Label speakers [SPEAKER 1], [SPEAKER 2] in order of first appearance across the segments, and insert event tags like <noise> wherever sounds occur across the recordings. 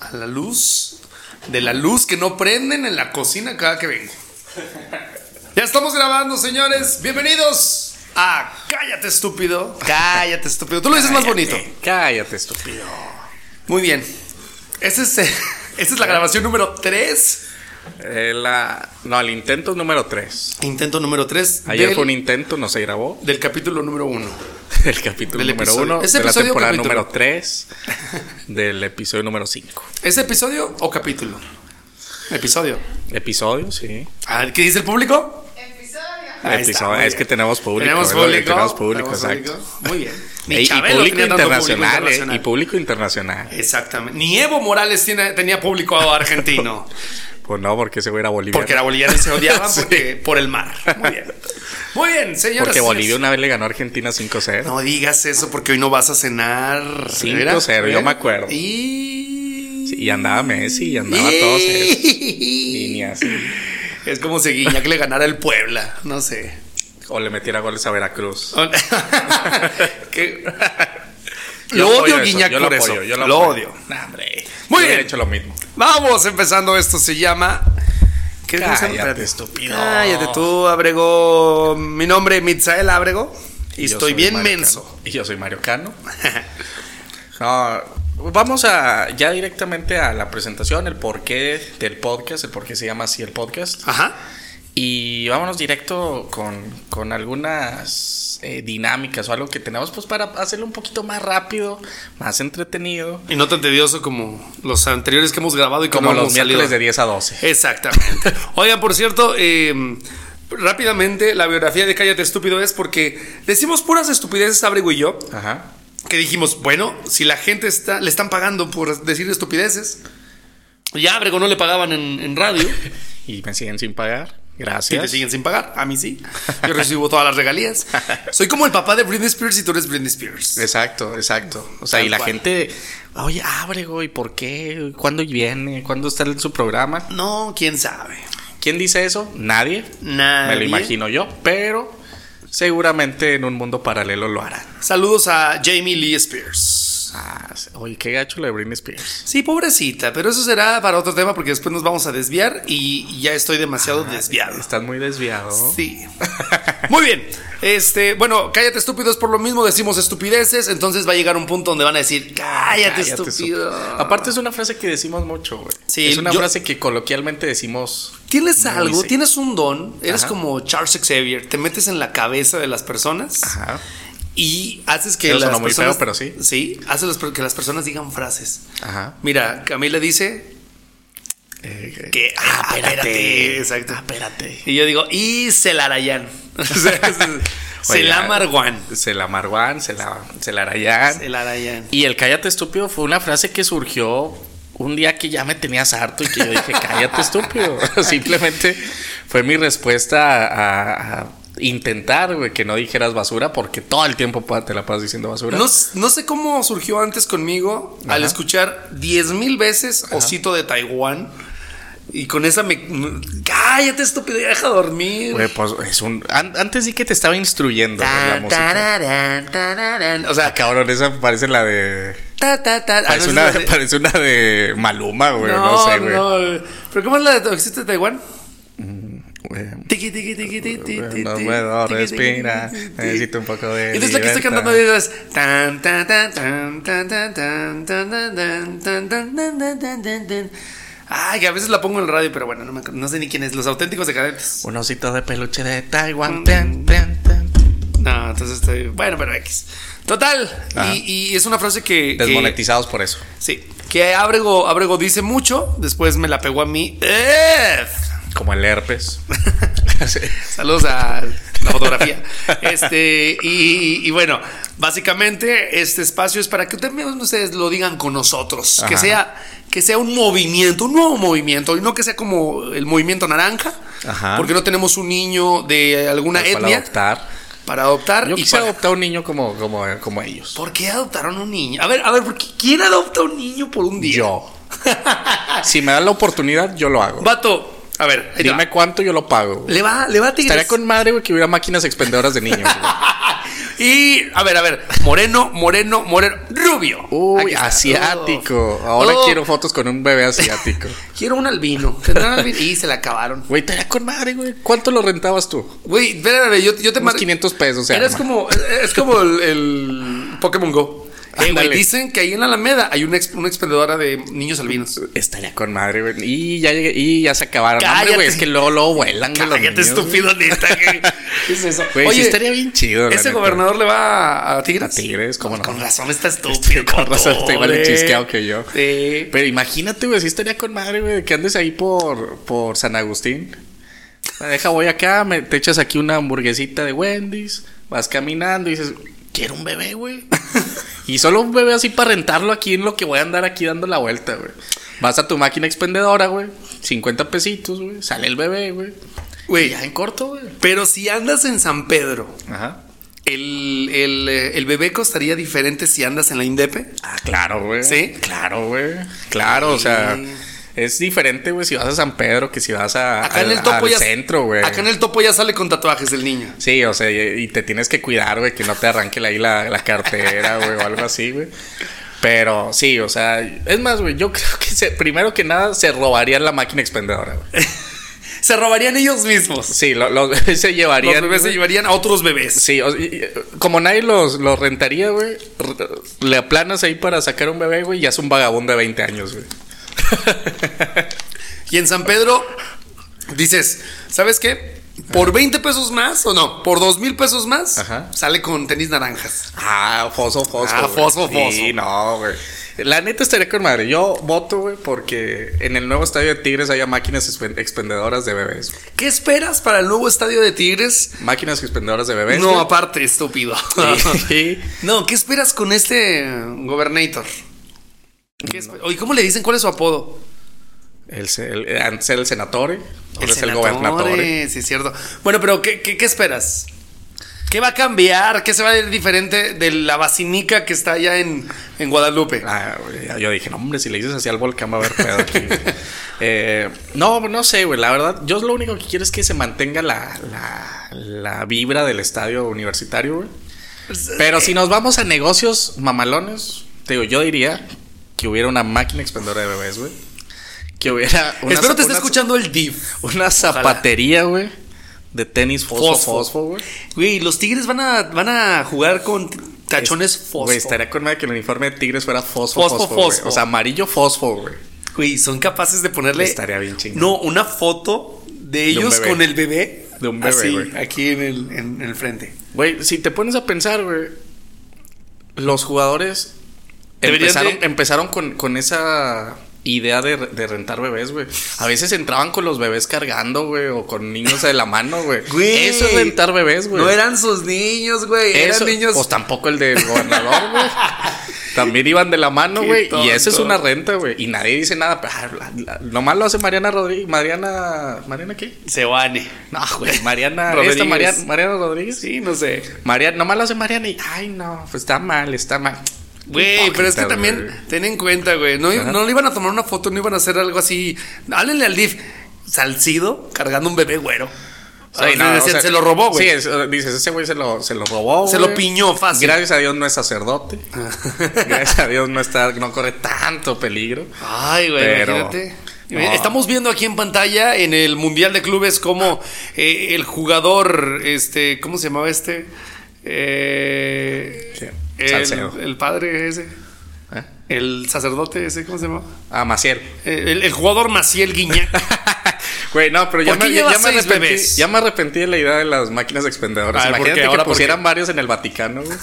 [SPEAKER 1] a la luz de la luz que no prenden en la cocina cada que vengo. Ya estamos grabando, señores. Bienvenidos a Cállate estúpido. Cállate estúpido. Tú lo dices más bonito.
[SPEAKER 2] Cállate, estúpido.
[SPEAKER 1] Muy bien. Ese es, eh, esta es la grabación número 3.
[SPEAKER 2] Eh, la, no, el intento número 3.
[SPEAKER 1] Intento número 3
[SPEAKER 2] Ayer
[SPEAKER 1] del,
[SPEAKER 2] fue un intento, no se grabó. <laughs>
[SPEAKER 1] del capítulo número 1.
[SPEAKER 2] El capítulo
[SPEAKER 1] Del
[SPEAKER 2] número
[SPEAKER 1] episodio.
[SPEAKER 2] 1
[SPEAKER 1] ¿Ese
[SPEAKER 2] de la
[SPEAKER 1] episodio o
[SPEAKER 2] temporada
[SPEAKER 1] capítulo?
[SPEAKER 2] número 3 del episodio número 5.
[SPEAKER 1] ¿Es episodio o capítulo? Episodio.
[SPEAKER 2] Episodio, sí.
[SPEAKER 1] A ver, ¿Qué dice el público?
[SPEAKER 3] Episodio.
[SPEAKER 1] Ahí está,
[SPEAKER 2] Episodio.
[SPEAKER 1] muy
[SPEAKER 2] es que
[SPEAKER 1] bien.
[SPEAKER 2] tenemos público.
[SPEAKER 1] tenemos
[SPEAKER 2] es lo que
[SPEAKER 1] público.
[SPEAKER 2] Tenemos público,
[SPEAKER 1] tenemos
[SPEAKER 2] exacto.
[SPEAKER 1] público. Muy
[SPEAKER 2] <laughs>
[SPEAKER 1] bien. Ni
[SPEAKER 2] Y, y
[SPEAKER 1] Chabelo
[SPEAKER 2] público
[SPEAKER 1] tenía tanto público
[SPEAKER 2] internacional, eh,
[SPEAKER 1] internacional.
[SPEAKER 2] y público internacional.
[SPEAKER 1] Exactamente. Ni Evo Morales tiene- tenía público
[SPEAKER 2] <laughs>
[SPEAKER 1] argentino.
[SPEAKER 2] Pues no, porque se va a ir a Bolivia.
[SPEAKER 1] Porque era boliviano y se odiaban
[SPEAKER 2] <laughs> Sí.
[SPEAKER 1] porque, por el mar. Muy bien. Muy bien, señoras.
[SPEAKER 2] Porque
[SPEAKER 1] y señores.
[SPEAKER 2] Bolivia una vez le ganó a Argentina 5-0.
[SPEAKER 1] No digas eso porque hoy no vas a cenar.
[SPEAKER 2] 5-0, yo me acuerdo.
[SPEAKER 1] Y...
[SPEAKER 2] Sí, y andaba Messi, y andaba todos esos. Líneas.
[SPEAKER 1] Es como si Guiñac le ganara el Puebla. No
[SPEAKER 2] <laughs>
[SPEAKER 1] sé. <laughs>
[SPEAKER 2] O le metiera goles a Veracruz.
[SPEAKER 1] Que-
[SPEAKER 2] Yo
[SPEAKER 1] Lo
[SPEAKER 2] apoyo
[SPEAKER 1] odio
[SPEAKER 2] eso,
[SPEAKER 1] Guiñac
[SPEAKER 2] yo
[SPEAKER 1] por
[SPEAKER 2] apoyo,
[SPEAKER 1] eso.
[SPEAKER 2] yo
[SPEAKER 1] lo
[SPEAKER 2] apoyo.
[SPEAKER 1] odio.
[SPEAKER 2] Nah, hombre.
[SPEAKER 1] Muy
[SPEAKER 2] Yo hubiera
[SPEAKER 1] bien.
[SPEAKER 2] hecho lo mismo.
[SPEAKER 1] Vamos empezando. Esto se llama. ¿Qué es que se llama?
[SPEAKER 2] Cállate,
[SPEAKER 1] Espérate.
[SPEAKER 2] estúpido.
[SPEAKER 1] Cállate tú, Abrego. Mi nombre es Mitzael Abrego. Y
[SPEAKER 2] yo
[SPEAKER 1] estoy
[SPEAKER 2] soy
[SPEAKER 1] bien
[SPEAKER 2] Mario
[SPEAKER 1] menso.
[SPEAKER 2] Cano. Y yo soy Mario Cano. No, vamos a ya directamente a la presentación, el porqué del podcast, el por qué se llama así el podcast.
[SPEAKER 1] <laughs> Ajá.
[SPEAKER 2] Y vámonos directo con, con algunas eh, dinámicas o algo que tenemos pues para hacerlo un poquito más rápido, más entretenido.
[SPEAKER 1] Y no tan tedioso como los anteriores que hemos grabado y que
[SPEAKER 2] Como
[SPEAKER 1] no
[SPEAKER 2] los
[SPEAKER 1] hemos salido.
[SPEAKER 2] miércoles de 10 a 12. <laughs>
[SPEAKER 1] Exactamente. Oigan, por cierto, eh, rápidamente, la biografía de Cállate Estúpido es porque decimos puras estupideces, Abrego y yo,
[SPEAKER 2] Ajá.
[SPEAKER 1] que dijimos, bueno, si la gente está, le están pagando por decir estupideces, ya a Abrego no le pagaban en, en radio
[SPEAKER 2] Y me siguen sin pagar.
[SPEAKER 1] y
[SPEAKER 2] Gracias.
[SPEAKER 1] te siguen sin pagar, a mí sí. Yo recibo todas las regalías. Soy como el papá de Britney Spears y tú eres Britney Spears.
[SPEAKER 2] Exacto, exacto. O sea,
[SPEAKER 1] Tal
[SPEAKER 2] y la
[SPEAKER 1] cual.
[SPEAKER 2] gente, oye, abre, güey, ¿por qué? ¿Cuándo viene? ¿Cuándo está en su programa?
[SPEAKER 1] No, quién sabe.
[SPEAKER 2] ¿Quién dice eso? Nadie.
[SPEAKER 1] Nadie.
[SPEAKER 2] Me lo imagino yo, pero seguramente en un mundo paralelo lo harán.
[SPEAKER 1] Saludos a Jamie Lee Spears.
[SPEAKER 2] Ah, oye, qué gacho la de Britney Spears.
[SPEAKER 1] Sí, pobrecita, pero eso será para otro tema porque después nos vamos a desviar y ya estoy demasiado
[SPEAKER 2] Ah,
[SPEAKER 1] desviado.
[SPEAKER 2] Estás muy desviado.
[SPEAKER 1] Sí. Muy bien. Este, bueno, cállate estúpidos por lo mismo decimos estupideces, entonces va a llegar un punto donde van a decir, cállate,
[SPEAKER 2] Cállate,
[SPEAKER 1] estúpido.
[SPEAKER 2] estúpido. Aparte es una frase que decimos mucho, güey.
[SPEAKER 1] Sí,
[SPEAKER 2] es una
[SPEAKER 1] yo-
[SPEAKER 2] frase que coloquialmente decimos.
[SPEAKER 1] Tienes
[SPEAKER 2] Muy
[SPEAKER 1] algo,
[SPEAKER 2] sí.
[SPEAKER 1] tienes un don, eres
[SPEAKER 2] Ajá.
[SPEAKER 1] como Charles Xavier, te metes en la cabeza de las personas
[SPEAKER 2] Ajá.
[SPEAKER 1] y haces que
[SPEAKER 2] Eso
[SPEAKER 1] las
[SPEAKER 2] sonó muy feo,
[SPEAKER 1] personas
[SPEAKER 2] pero sí.
[SPEAKER 1] Sí, haces las- que las personas digan frases.
[SPEAKER 2] Ajá.
[SPEAKER 1] Mira, Camila dice
[SPEAKER 2] Eh,
[SPEAKER 1] que ah, espérate, exacto.
[SPEAKER 2] Ah, Espérate.
[SPEAKER 1] Y yo digo, y Celarayán. <laughs> O sea,
[SPEAKER 2] <laughs>
[SPEAKER 1] es-
[SPEAKER 2] Oye,
[SPEAKER 1] Celá Marguán.
[SPEAKER 2] Se la Marwan, se la, se la Arayán.
[SPEAKER 1] Celarayán.
[SPEAKER 2] Y el cállate estúpido fue una frase que surgió un día que ya me tenías harto y que yo dije, cállate estúpido. <laughs> Simplemente fue mi respuesta a, a- a intentar, güey, que no dijeras basura porque todo el tiempo pa- te la pasas diciendo basura.
[SPEAKER 1] No, s- no sé cómo surgió antes conmigo al
[SPEAKER 2] Ajá.
[SPEAKER 1] escuchar 10 mil veces Osito de Taiwán. Y con esa me. me- Cállate, estúpido, ya deja dormir.
[SPEAKER 2] Güey, pues es un... an- antes sí que te estaba instruyendo güey, la música.
[SPEAKER 1] O sea,
[SPEAKER 2] Ah, cabrón, esa parece la de...
[SPEAKER 1] ta, ta, ta. Ah,
[SPEAKER 2] Parece,
[SPEAKER 1] no,
[SPEAKER 2] una,
[SPEAKER 1] esa es la de-
[SPEAKER 2] parece una de Maluma, güey. No, sé, güey.
[SPEAKER 1] no. Pero ¿cómo es la de Osito de Taiwán?
[SPEAKER 2] Güey,
[SPEAKER 1] Tiki, tiki, tiki, tiki, tiki, tiki,
[SPEAKER 2] No puedo
[SPEAKER 1] tiki, tiki,
[SPEAKER 2] respirar.
[SPEAKER 1] tiki, tiki.
[SPEAKER 2] Necesito un poco de.
[SPEAKER 1] Entonces la que estoy
[SPEAKER 2] libertad.
[SPEAKER 1] cantando es tan tan tan tan tan tan tan tan tan tan tan tan tan tan tan tan tan Ay, que a veces la pongo en el radio, pero bueno, no, me, no sé ni quién es. Los auténticos decadentes.
[SPEAKER 2] Un osito de peluche de
[SPEAKER 1] Mm.
[SPEAKER 2] Taiwán. tan, tan, tan.
[SPEAKER 1] No, entonces estoy. Bueno, pero X. Total.
[SPEAKER 2] Ajá.
[SPEAKER 1] Y, y es una frase que. que-
[SPEAKER 2] Desmonetizados por eso.
[SPEAKER 1] sí. Que Abrego, Abrego dice mucho. Después me la pegó a mí. ¡Ef!
[SPEAKER 2] Como
[SPEAKER 1] <laughs>
[SPEAKER 2] el herpes. Sí.
[SPEAKER 1] Saludos a la
[SPEAKER 2] <laughs>
[SPEAKER 1] fotografía. Este, y, y bueno, básicamente este espacio es para que también ustedes lo digan con nosotros. Que
[SPEAKER 2] Ajá.
[SPEAKER 1] sea, que sea un movimiento, un nuevo movimiento, y no que sea como el movimiento naranja,
[SPEAKER 2] Ajá.
[SPEAKER 1] porque no tenemos un niño de alguna
[SPEAKER 2] Para
[SPEAKER 1] etnia
[SPEAKER 2] adoptar.
[SPEAKER 1] para adoptar.
[SPEAKER 2] Yo
[SPEAKER 1] y
[SPEAKER 2] quise
[SPEAKER 1] para-
[SPEAKER 2] adoptar un niño como, como, como ellos.
[SPEAKER 1] ¿Por qué adoptaron un niño? A ver, a ver, ¿por qué- ¿quién adopta un niño por un día? <laughs>
[SPEAKER 2] Yo. Si me dan la oportunidad, yo lo hago.
[SPEAKER 1] Vato, a ver, ahí te
[SPEAKER 2] Dime
[SPEAKER 1] va.
[SPEAKER 2] cuánto yo lo pago.
[SPEAKER 1] le va, le va a Tigres.
[SPEAKER 2] Estaría con madre, güey, que hubiera máquinas expendedoras de niños. güey.
[SPEAKER 1] <laughs> Y, a ver, a ver, moreno, moreno, moreno, rubio. Aquí
[SPEAKER 2] Uy,
[SPEAKER 1] está. Oh.
[SPEAKER 2] asiático.
[SPEAKER 1] Uf.
[SPEAKER 2] Ahora
[SPEAKER 1] Uf.
[SPEAKER 2] quiero fotos con un bebé asiático.
[SPEAKER 1] Quiero un albino. ¿Tendrán albino? Y se la acabaron.
[SPEAKER 2] Güey, estaría con madre, güey. ¿Cuánto lo rentabas tú?
[SPEAKER 1] Güey, espera, espera, yo, yo te
[SPEAKER 2] Unos
[SPEAKER 1] marqué.
[SPEAKER 2] 500 pesos. se
[SPEAKER 1] Eres
[SPEAKER 2] arma.
[SPEAKER 1] como, es como el, el Pokémon Go. Eh, güey,
[SPEAKER 2] Ándale.
[SPEAKER 1] dicen que ahí en la Alameda hay una, ex- una expendedora de niños albinos.
[SPEAKER 2] Estaría con madre, güey. Y ya llegué, y ya se acabaron. No, Hombre,
[SPEAKER 1] Cállate.
[SPEAKER 2] güey, es que luego, luego vuelan, güey. los
[SPEAKER 1] Cállate,
[SPEAKER 2] niños,
[SPEAKER 1] estúpido, neta. ¿Qué <laughs> ¿Qué es eso?
[SPEAKER 2] Güey, Oye,
[SPEAKER 1] Oye,
[SPEAKER 2] sí estaría bien chido. la
[SPEAKER 1] ¿ese
[SPEAKER 2] neta.
[SPEAKER 1] gobernador le va a, a Tigres?
[SPEAKER 2] A Tigres, cómo no. Este,
[SPEAKER 1] Con razón está estúpido.
[SPEAKER 2] Con razón está igual de
[SPEAKER 1] pobre.
[SPEAKER 2] chisqueado que yo.
[SPEAKER 1] Sí.
[SPEAKER 2] Pero imagínate, güey, sí estaría con madre, güey, que andes ahí por, por San Agustín. Me Deja, voy acá, me, te echas aquí una hamburguesita de Wendy's, vas caminando y dices, quiero un bebé, güey. <laughs> y solo un bebé así para rentarlo aquí en lo que voy a andar aquí dando la vuelta, güey. Vas a tu máquina expendedora, güey, 50 pesitos, güey, sale el bebé, güey.
[SPEAKER 1] Güey,
[SPEAKER 2] Ya en corto, güey.
[SPEAKER 1] pero si andas en San Pedro,
[SPEAKER 2] Ajá.
[SPEAKER 1] el, el, eh, el bebé costaría diferente si andas en la Indepe.
[SPEAKER 2] Ah, claro, güey.
[SPEAKER 1] ¿Sí?
[SPEAKER 2] Claro, güey. Claro, o sea, es diferente, güey, si vas a San Pedro que si vas a,
[SPEAKER 1] Acá en
[SPEAKER 2] al-
[SPEAKER 1] el topo
[SPEAKER 2] al
[SPEAKER 1] ya.
[SPEAKER 2] centro, güey.
[SPEAKER 1] Acá en el topo ya sale con tatuajes el niño.
[SPEAKER 2] Sí, o sea, y y te tienes que cuidar, güey, que no te arranque ahí la, la cartera, güey, o algo así, güey. Pero sí, o sea, es más, güey, yo <laughs> creo que se- primero que nada se robarían la máquina expendedora, güey.
[SPEAKER 1] Se robarían ellos mismos.
[SPEAKER 2] Sí, lo- <laughs> los bebés se
[SPEAKER 1] Los
[SPEAKER 2] llevarían.
[SPEAKER 1] bebés se
[SPEAKER 2] güey.
[SPEAKER 1] llevarían a otros bebés.
[SPEAKER 2] Sí, o- y- y- como nadie los, los rentaría, güey, r- le aplanas ahí para sacar un bebé, güey, y es un vagabundo de 20 años, güey. <laughs>
[SPEAKER 1] Y en San Pedro dices, ¿sabes qué? Por 20 pesos más o no, por 2 mil pesos más,
[SPEAKER 2] Ajá.
[SPEAKER 1] sale con tenis naranjas.
[SPEAKER 2] Ah, foso, foso.
[SPEAKER 1] Ah,
[SPEAKER 2] güey.
[SPEAKER 1] foso,
[SPEAKER 2] Sí,
[SPEAKER 1] foso.
[SPEAKER 2] no, güey. La neta estaría con madre. Yo voto, güey, porque en el nuevo estadio de Tigres haya máquinas expen- expendedoras de bebés. güey.
[SPEAKER 1] ¿Qué esperas para el nuevo estadio de Tigres?
[SPEAKER 2] Máquinas expendedoras de bebés.
[SPEAKER 1] No,
[SPEAKER 2] güey.
[SPEAKER 1] aparte, estúpido.
[SPEAKER 2] Sí.
[SPEAKER 1] <laughs> no, ¿qué esperas con este gobernator? ¿Qué espe- Oye, ¿cómo le dicen cuál es su apodo?
[SPEAKER 2] El, se- el, antes era el senatore. Ahora es el
[SPEAKER 1] senatore,
[SPEAKER 2] gobernatore.
[SPEAKER 1] Sí, es cierto. Bueno, pero ¿qué, qué, qué esperas? ¿Qué va a cambiar? ¿Qué se va a ver diferente de la vacinica que está allá en, en Guadalupe?
[SPEAKER 2] Ah, güey, yo dije, no, hombre, si le dices así al volcán va a haber pedo aquí. güey".
[SPEAKER 1] <laughs>
[SPEAKER 2] Eh, no, no sé, güey. La verdad, yo lo único que quiero es que se mantenga la, la, la vibra del estadio universitario, güey. Pero si nos vamos a negocios mamalones, te digo, yo diría que hubiera una máquina expendedora de bebés, güey. Que hubiera una,
[SPEAKER 1] Espero te esté
[SPEAKER 2] una-
[SPEAKER 1] escuchando el DIF.
[SPEAKER 2] una zapatería, güey, de tenis fosfo,
[SPEAKER 1] Fosfo.
[SPEAKER 2] fosfo, güey.
[SPEAKER 1] Güey, los Tigres van a, van a jugar con t- tachones fosfo.
[SPEAKER 2] Güey,
[SPEAKER 1] Güey,
[SPEAKER 2] estaría con madre que el uniforme de Tigres fuera fosfo,
[SPEAKER 1] Fosfo,
[SPEAKER 2] fosfo, güey.
[SPEAKER 1] fosfo.
[SPEAKER 2] O sea, amarillo fosfo, güey.
[SPEAKER 1] son capaces de ponerle.
[SPEAKER 2] Estaría bien chingón.
[SPEAKER 1] No, una foto de
[SPEAKER 2] un
[SPEAKER 1] ellos
[SPEAKER 2] bebé.
[SPEAKER 1] con el bebé.
[SPEAKER 2] De un bebé,
[SPEAKER 1] así,
[SPEAKER 2] güey.
[SPEAKER 1] aquí en el, en, en el frente.
[SPEAKER 2] Güey, si te pones a pensar, güey, los jugadores
[SPEAKER 1] Deberían
[SPEAKER 2] empezaron,
[SPEAKER 1] de-
[SPEAKER 2] empezaron con, con esa idea de, re- de rentar bebés, güey. A veces entraban con los bebés cargando, güey, o con niños de la mano, güey.
[SPEAKER 1] <laughs> Güey.
[SPEAKER 2] Eso es rentar bebés, güey.
[SPEAKER 1] No eran sus niños, güey.
[SPEAKER 2] Eso-
[SPEAKER 1] Eran niños.
[SPEAKER 2] Pues tampoco el del gobernador, güey. También iban de la mano,
[SPEAKER 1] Qué
[SPEAKER 2] güey. Y esa es
[SPEAKER 1] tonto.
[SPEAKER 2] una renta, güey. Y nadie dice nada. pero, ah, la- la- nomás lo hace Mariana Rodríguez. Mariana. ¿Mariana qué?
[SPEAKER 1] Se van.
[SPEAKER 2] No, Ah, güey. Mariana.
[SPEAKER 1] <laughs>
[SPEAKER 2] esta
[SPEAKER 1] Rodríguez.
[SPEAKER 2] Mariana, Mariana Rodríguez.
[SPEAKER 1] Sí, no sé.
[SPEAKER 2] Mariana, nomás lo hace Mariana y, ay, no, pues está mal, está mal.
[SPEAKER 1] Güey, pero es que
[SPEAKER 2] Hipócrita,
[SPEAKER 1] también
[SPEAKER 2] güey.
[SPEAKER 1] ten en cuenta, güey. No, no le iban a tomar una foto, no iban a hacer algo así. Háblenle al DIF. Salcido cargando un bebé güero. Ah,
[SPEAKER 2] Sí,
[SPEAKER 1] se,
[SPEAKER 2] no, o sea,
[SPEAKER 1] se lo robó, güey.
[SPEAKER 2] Sí, es- o sea, dices, ese güey se lo, se lo robó.
[SPEAKER 1] Se
[SPEAKER 2] güey.
[SPEAKER 1] lo piñó fácil. Ah.
[SPEAKER 2] Gracias a Dios no es sacerdote. <laughs> Gracias a Dios no está, no corre tanto peligro.
[SPEAKER 1] Ay, güey,
[SPEAKER 2] Pero-
[SPEAKER 1] imagínate. Eh,
[SPEAKER 2] No.
[SPEAKER 1] Estamos viendo aquí en pantalla en el Mundial de Clubes cómo eh, el jugador, este, ¿cómo se llamaba este? Eh,
[SPEAKER 2] Sí,
[SPEAKER 1] el,
[SPEAKER 2] Salcedo.
[SPEAKER 1] el padre ese,
[SPEAKER 2] ¿Eh?
[SPEAKER 1] el sacerdote ese, ¿cómo se llamaba?
[SPEAKER 2] Ah, Maciel.
[SPEAKER 1] Eh, El, el jugador Maciel
[SPEAKER 2] <laughs>
[SPEAKER 1] Guiñac.
[SPEAKER 2] Güey, no, pero ya
[SPEAKER 1] ¿Por qué
[SPEAKER 2] me, ya,
[SPEAKER 1] llevas
[SPEAKER 2] me
[SPEAKER 1] seis
[SPEAKER 2] arrepentí,
[SPEAKER 1] bebés?
[SPEAKER 2] ya me arrepentí de la idea de las máquinas expendedoras.
[SPEAKER 1] A ver, ¿por
[SPEAKER 2] Imagínate
[SPEAKER 1] qué?
[SPEAKER 2] que
[SPEAKER 1] Ahora, ¿por
[SPEAKER 2] pusieran varios en el Vaticano.
[SPEAKER 1] <laughs>
[SPEAKER 2] güey.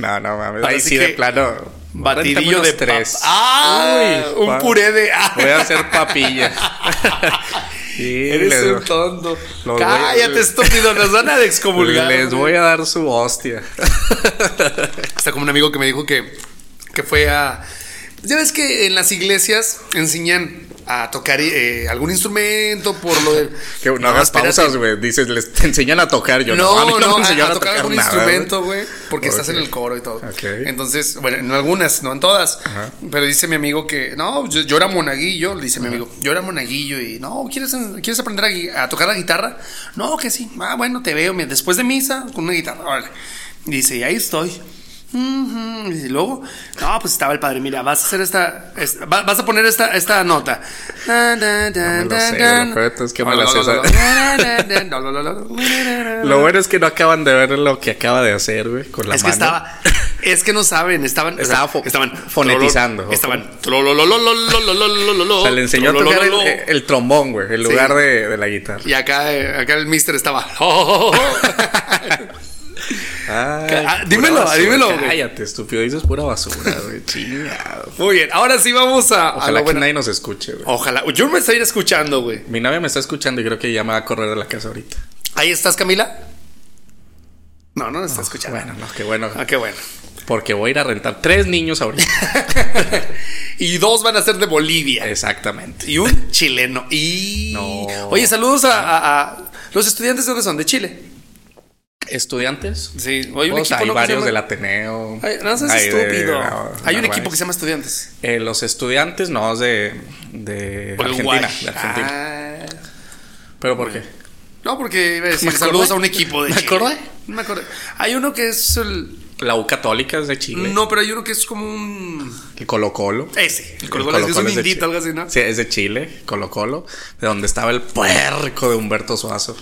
[SPEAKER 2] no, no mames. Ahí
[SPEAKER 1] Así
[SPEAKER 2] sí de
[SPEAKER 1] que-
[SPEAKER 2] plano.
[SPEAKER 1] Batidillo
[SPEAKER 2] réntame
[SPEAKER 1] de
[SPEAKER 2] unos tres.
[SPEAKER 1] papa. Ah,
[SPEAKER 2] Uy,
[SPEAKER 1] un
[SPEAKER 2] pa-
[SPEAKER 1] puré de. ah. <laughs>
[SPEAKER 2] Voy a hacer papilla. Sí,
[SPEAKER 1] Eres
[SPEAKER 2] les-
[SPEAKER 1] un tonto.
[SPEAKER 2] Los voy-
[SPEAKER 1] Cállate, estúpido. Nos
[SPEAKER 2] <laughs>
[SPEAKER 1] van a excomulgar.
[SPEAKER 2] Les voy a dar su
[SPEAKER 1] <laughs>
[SPEAKER 2] hostia.
[SPEAKER 1] Hasta como un amigo que me dijo que, que fue a. Ya ves que en las iglesias enseñan a tocar eh, algún instrumento por lo de.
[SPEAKER 2] Que no, hagas
[SPEAKER 1] espérate.
[SPEAKER 2] pausas, güey. Dices, les te enseñan a tocar. Yo no,
[SPEAKER 1] No,
[SPEAKER 2] a mí
[SPEAKER 1] no,
[SPEAKER 2] no, me
[SPEAKER 1] a, a
[SPEAKER 2] enseñaron
[SPEAKER 1] tocar,
[SPEAKER 2] a tocar,
[SPEAKER 1] algún
[SPEAKER 2] nada,
[SPEAKER 1] instrumento,
[SPEAKER 2] güey.
[SPEAKER 1] güey. Porque estás
[SPEAKER 2] Ok.
[SPEAKER 1] en el coro y todo.
[SPEAKER 2] Ok.
[SPEAKER 1] Entonces, bueno, en algunas, no en todas. Pero dice mi amigo que, no, yo, yo era monaguillo, dice mi amigo. Yo era monaguillo y, no, ¿quieres, quieres aprender a, gui- a tocar la guitarra? No, que sí. Ah, bueno, te veo mira, después de misa con una guitarra. Órale. Dice, y ahí estoy. Ujú. Y luego, no, pues estaba el padre. Mira, vas a hacer esta, es- va- vas a poner esta, esta nota. Na, na, na,
[SPEAKER 2] No me lo
[SPEAKER 1] na,
[SPEAKER 2] sé,
[SPEAKER 1] na.
[SPEAKER 2] lo peor es que me
[SPEAKER 1] No,
[SPEAKER 2] la
[SPEAKER 1] no,
[SPEAKER 2] sé
[SPEAKER 1] no,
[SPEAKER 2] esa.
[SPEAKER 1] no, no. No, no, no, no.
[SPEAKER 2] Lo bueno es que no acaban de ver lo que acaba de hacer, güey, con la
[SPEAKER 1] Es que
[SPEAKER 2] mano.
[SPEAKER 1] estaba. Es que no saben, estaban. o sea,
[SPEAKER 2] Estaba fo-
[SPEAKER 1] estaban
[SPEAKER 2] fonetizando.
[SPEAKER 1] Estaban.
[SPEAKER 2] O sea, le enseñó a tocar el, eh, el trombón, güey, en lugar de, de la guitarra.
[SPEAKER 1] Y acá, eh, acá el mister estaba. <laughs> oh,
[SPEAKER 2] Ay,
[SPEAKER 1] Ah,
[SPEAKER 2] pura
[SPEAKER 1] dímelo,
[SPEAKER 2] basura.
[SPEAKER 1] dímelo, güey.
[SPEAKER 2] Cállate, estúpido. Dices pura basura,
[SPEAKER 1] <laughs>
[SPEAKER 2] güey. Chingado.
[SPEAKER 1] Muy bien, ahora sí vamos a. a
[SPEAKER 2] Ojalá
[SPEAKER 1] lo
[SPEAKER 2] que
[SPEAKER 1] Ah, bueno.
[SPEAKER 2] nadie nos escuche, güey.
[SPEAKER 1] Ojalá. Yo me estoy escuchando, güey.
[SPEAKER 2] Mi novia me está escuchando y creo que ya me va a correr de la casa ahorita.
[SPEAKER 1] ¿Ahí estás, Camila? No, no me está escuchando.
[SPEAKER 2] Ah, Bueno, no, qué bueno.
[SPEAKER 1] Ah, qué bueno.
[SPEAKER 2] Porque voy a ir a rentar tres niños ahorita. <laughs>
[SPEAKER 1] y dos van a ser de Bolivia.
[SPEAKER 2] Exactamente.
[SPEAKER 1] Y un chileno. Y.
[SPEAKER 2] Eh. No.
[SPEAKER 1] Oye, saludos a, a- a- Los estudiantes de dónde son, de Chile.
[SPEAKER 2] ¿Estudiantes?
[SPEAKER 1] Sí,
[SPEAKER 2] Hay,
[SPEAKER 1] hay un equipo.
[SPEAKER 2] hay
[SPEAKER 1] ¿no? que se
[SPEAKER 2] varios
[SPEAKER 1] llama-
[SPEAKER 2] del Ateneo.
[SPEAKER 1] Ay, no seas
[SPEAKER 2] hay de-
[SPEAKER 1] estúpido.
[SPEAKER 2] no,
[SPEAKER 1] hay un
[SPEAKER 2] no,
[SPEAKER 1] equipo
[SPEAKER 2] guay.
[SPEAKER 1] que se llama Estudiantes.
[SPEAKER 2] Eh, los estudiantes, no, es de, de
[SPEAKER 1] Uruguay.
[SPEAKER 2] Argentina. de Argentina.
[SPEAKER 1] Ah.
[SPEAKER 2] ¿Pero por qué?
[SPEAKER 1] no, porque iba a decir
[SPEAKER 2] ¿Me acordé?
[SPEAKER 1] saludos a un equipo de
[SPEAKER 2] ¿Me
[SPEAKER 1] Chile.
[SPEAKER 2] acordé?
[SPEAKER 1] No me acordé. Hay uno que es el.
[SPEAKER 2] La U Católica es de Chile.
[SPEAKER 1] No, pero hay uno que es como un.
[SPEAKER 2] El Colo Colo.
[SPEAKER 1] Ese. El Colo
[SPEAKER 2] El
[SPEAKER 1] Colo es que es un
[SPEAKER 2] Colo-Colo es de
[SPEAKER 1] indito,
[SPEAKER 2] Chile.
[SPEAKER 1] algo así, ¿no?
[SPEAKER 2] Sí, es de Chile, Colo Colo, de donde estaba el puerco de Humberto Suazo.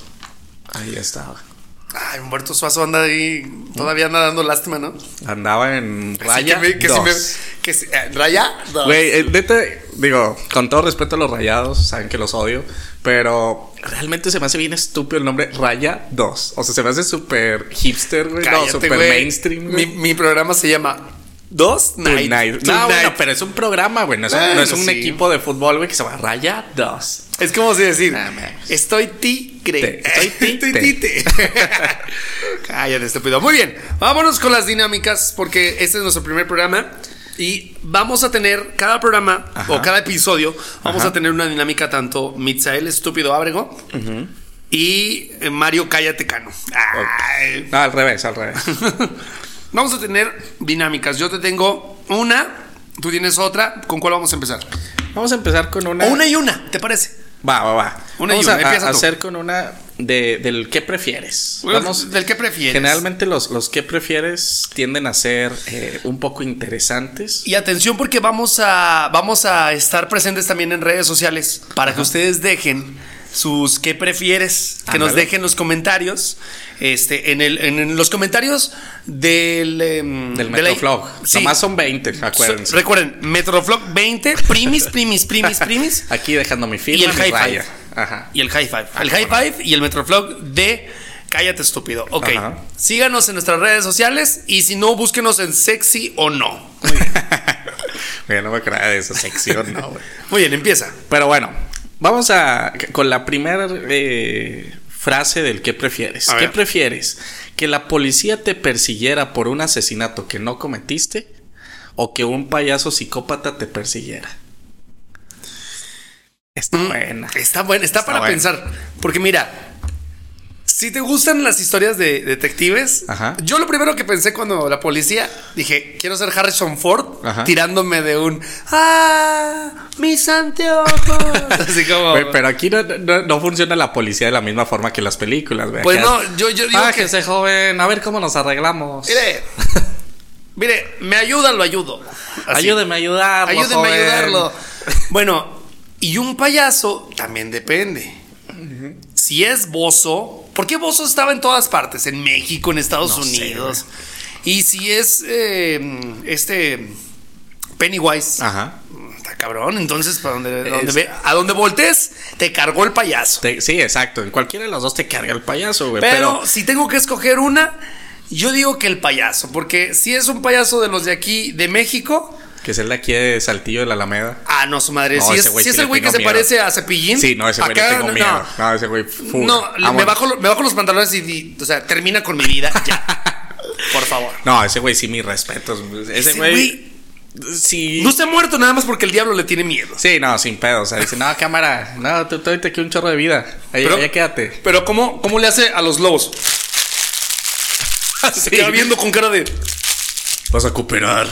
[SPEAKER 2] Ahí estaba.
[SPEAKER 1] Ay, Humberto Suazo anda ahí. Todavía anda dando lástima, ¿no?
[SPEAKER 2] Andaba en
[SPEAKER 1] Así
[SPEAKER 2] ¿Mm? raya.
[SPEAKER 1] que, me- que si
[SPEAKER 2] dos.
[SPEAKER 1] me- que si- eh, Raya. dos.
[SPEAKER 2] Güey, eh, neta, digo, con todo respeto a los rayados, saben que los odio, pero realmente se me hace bien estúpido el nombre Raya 2. O sea, se me hace súper hipster, güey. No,
[SPEAKER 1] Cállate,
[SPEAKER 2] súper
[SPEAKER 1] güey.
[SPEAKER 2] mainstream,
[SPEAKER 1] Mi,
[SPEAKER 2] güey.
[SPEAKER 1] mi programa se llama Dos Night.
[SPEAKER 2] Tonight. No,
[SPEAKER 1] Tonight.
[SPEAKER 2] bueno, pero es un programa, güey. No es, un- no es
[SPEAKER 1] Bueno,
[SPEAKER 2] un
[SPEAKER 1] sí.
[SPEAKER 2] equipo de fútbol, güey, que se llama Raya 2.
[SPEAKER 1] Es como si decir,
[SPEAKER 2] Ah, mames.
[SPEAKER 1] estoy tigre.
[SPEAKER 2] Te-
[SPEAKER 1] <laughs>
[SPEAKER 2] estoy ti- te.
[SPEAKER 1] Cállate, estúpido. Muy bien, vámonos con las dinámicas porque este es nuestro primer programa y vamos a tener cada programa
[SPEAKER 2] Ajá.
[SPEAKER 1] o cada episodio, vamos
[SPEAKER 2] Ajá.
[SPEAKER 1] a tener una dinámica tanto Mitzael Estúpido Ábrego y eh, Mario Cállate Cano. Ay. <laughs>
[SPEAKER 2] No, al revés, al revés.
[SPEAKER 1] vamos a tener dinámicas. Yo te tengo una, tú tienes otra. ¿Con cuál vamos a empezar?
[SPEAKER 2] Vamos a empezar con una.
[SPEAKER 1] O una y una, ¿te parece?
[SPEAKER 2] Va, va, va.
[SPEAKER 1] Una y
[SPEAKER 2] Vamos
[SPEAKER 1] una,
[SPEAKER 2] a- a,
[SPEAKER 1] empieza tú.
[SPEAKER 2] hacer con una de, del qué prefieres. Vamos.
[SPEAKER 1] ¿Del qué prefieres?
[SPEAKER 2] Generalmente los, los que prefieres tienden a ser eh, un poco interesantes.
[SPEAKER 1] Y atención porque vamos a, vamos a estar presentes también en redes sociales para que ustedes dejen sus qué prefieres, que nos
[SPEAKER 2] Ándale.
[SPEAKER 1] dejen los comentarios, este, en, el, en, en los comentarios del... em,
[SPEAKER 2] Del
[SPEAKER 1] de la-
[SPEAKER 2] Metroflog.
[SPEAKER 1] Sí.
[SPEAKER 2] Nomás son 20,
[SPEAKER 1] So-
[SPEAKER 2] acuérdense.
[SPEAKER 1] Recuerden, Metroflog 20, primis, primis, primis,
[SPEAKER 2] <laughs>
[SPEAKER 1] primis.
[SPEAKER 2] Aquí dejando mi firma
[SPEAKER 1] Y el
[SPEAKER 2] mi
[SPEAKER 1] high five.
[SPEAKER 2] raya. Ajá.
[SPEAKER 1] Y el high five.
[SPEAKER 2] Ah,
[SPEAKER 1] El high five y el Metroflog de Cállate estúpido. Ok.
[SPEAKER 2] Ajá.
[SPEAKER 1] Síganos en nuestras redes sociales y si no, búsquenos en sexy o no.
[SPEAKER 2] <laughs> Mira, no me acordaba de esa sección, no, güey.
[SPEAKER 1] Muy bien, empieza.
[SPEAKER 2] Pero bueno, vamos a con la primera eh, frase del qué prefieres.
[SPEAKER 1] A
[SPEAKER 2] ¿Qué
[SPEAKER 1] ver.
[SPEAKER 2] prefieres? ¿Que la policía te persiguiera por un asesinato que no cometiste? ¿O que un payaso psicópata te persiguiera? Está
[SPEAKER 1] Mm.
[SPEAKER 2] buena.
[SPEAKER 1] Está bueno, está, para
[SPEAKER 2] bueno.
[SPEAKER 1] pensar. Porque mira, si te gustan las historias de detectives,
[SPEAKER 2] Ajá.
[SPEAKER 1] yo lo primero que pensé cuando la policía dije, quiero ser Harrison Ford
[SPEAKER 2] Ajá.
[SPEAKER 1] tirándome de un ¡Ah! ¡Mis
[SPEAKER 2] <laughs>
[SPEAKER 1] anteojos! <laughs> Así como.
[SPEAKER 2] Güey, pero aquí no, no- no funciona la policía de la misma forma que en las películas, güey.
[SPEAKER 1] Pues
[SPEAKER 2] Acá
[SPEAKER 1] no,
[SPEAKER 2] es,
[SPEAKER 1] yo- yo digo
[SPEAKER 2] "Ah,
[SPEAKER 1] que-
[SPEAKER 2] ese joven, a ver cómo nos arreglamos.
[SPEAKER 1] Mire, mire, me ayuda, lo ayudo. Así.
[SPEAKER 2] Ayúdeme a ayudarlo.
[SPEAKER 1] Ayúdenme a
[SPEAKER 2] joven.
[SPEAKER 1] ayudarlo. Bueno, y un payaso también depende. Si es Bozo, porque Bozo estaba en todas partes, en México, en Estados
[SPEAKER 2] No sé,
[SPEAKER 1] Unidos. y si es eh, este Pennywise,
[SPEAKER 2] Ajá.
[SPEAKER 1] está cabrón. Entonces, para donde,
[SPEAKER 2] Es-
[SPEAKER 1] donde ve- a donde voltees, te cargó el payaso.
[SPEAKER 2] Te- sí, exacto. En cualquiera de los dos te carga el payaso, güey.
[SPEAKER 1] Pero,
[SPEAKER 2] Pero,
[SPEAKER 1] si tengo que escoger una, yo digo que el payaso, porque si es un payaso de los de aquí, de México,
[SPEAKER 2] que es el de aquí de Saltillo de la Alameda.
[SPEAKER 1] Ah, no, su madre.
[SPEAKER 2] No,
[SPEAKER 1] si es,
[SPEAKER 2] ese güey
[SPEAKER 1] si
[SPEAKER 2] sí
[SPEAKER 1] es el
[SPEAKER 2] le
[SPEAKER 1] güey que
[SPEAKER 2] tengo
[SPEAKER 1] se
[SPEAKER 2] miedo.
[SPEAKER 1] parece a Cepillín.
[SPEAKER 2] Sí, no, ese güey le
[SPEAKER 1] acá,
[SPEAKER 2] tengo
[SPEAKER 1] no,
[SPEAKER 2] miedo. No, ese güey. Ah, fuga.
[SPEAKER 1] No, le- me
[SPEAKER 2] Vámonos.
[SPEAKER 1] bajo, lo- me bajo los pantalones y, di- o sea,
[SPEAKER 2] <laughs>
[SPEAKER 1] termina con mi vida ya. Por favor.
[SPEAKER 2] No, ese güey sí, mis respetos. Ese güey. Sí.
[SPEAKER 1] No está muerto nada más porque el diablo le tiene miedo.
[SPEAKER 2] Sí, no, sin pedo. O sea, dice, no, cámara, no, tú te aquí un chorro de vida. Ahí,
[SPEAKER 1] Pero-
[SPEAKER 2] allá quédate.
[SPEAKER 1] Pero ¿cómo, cómo le hace a los lobos? <laughs> Se queda viendo con cara de...
[SPEAKER 2] Vas a
[SPEAKER 3] <laughs>
[SPEAKER 2] cooperar.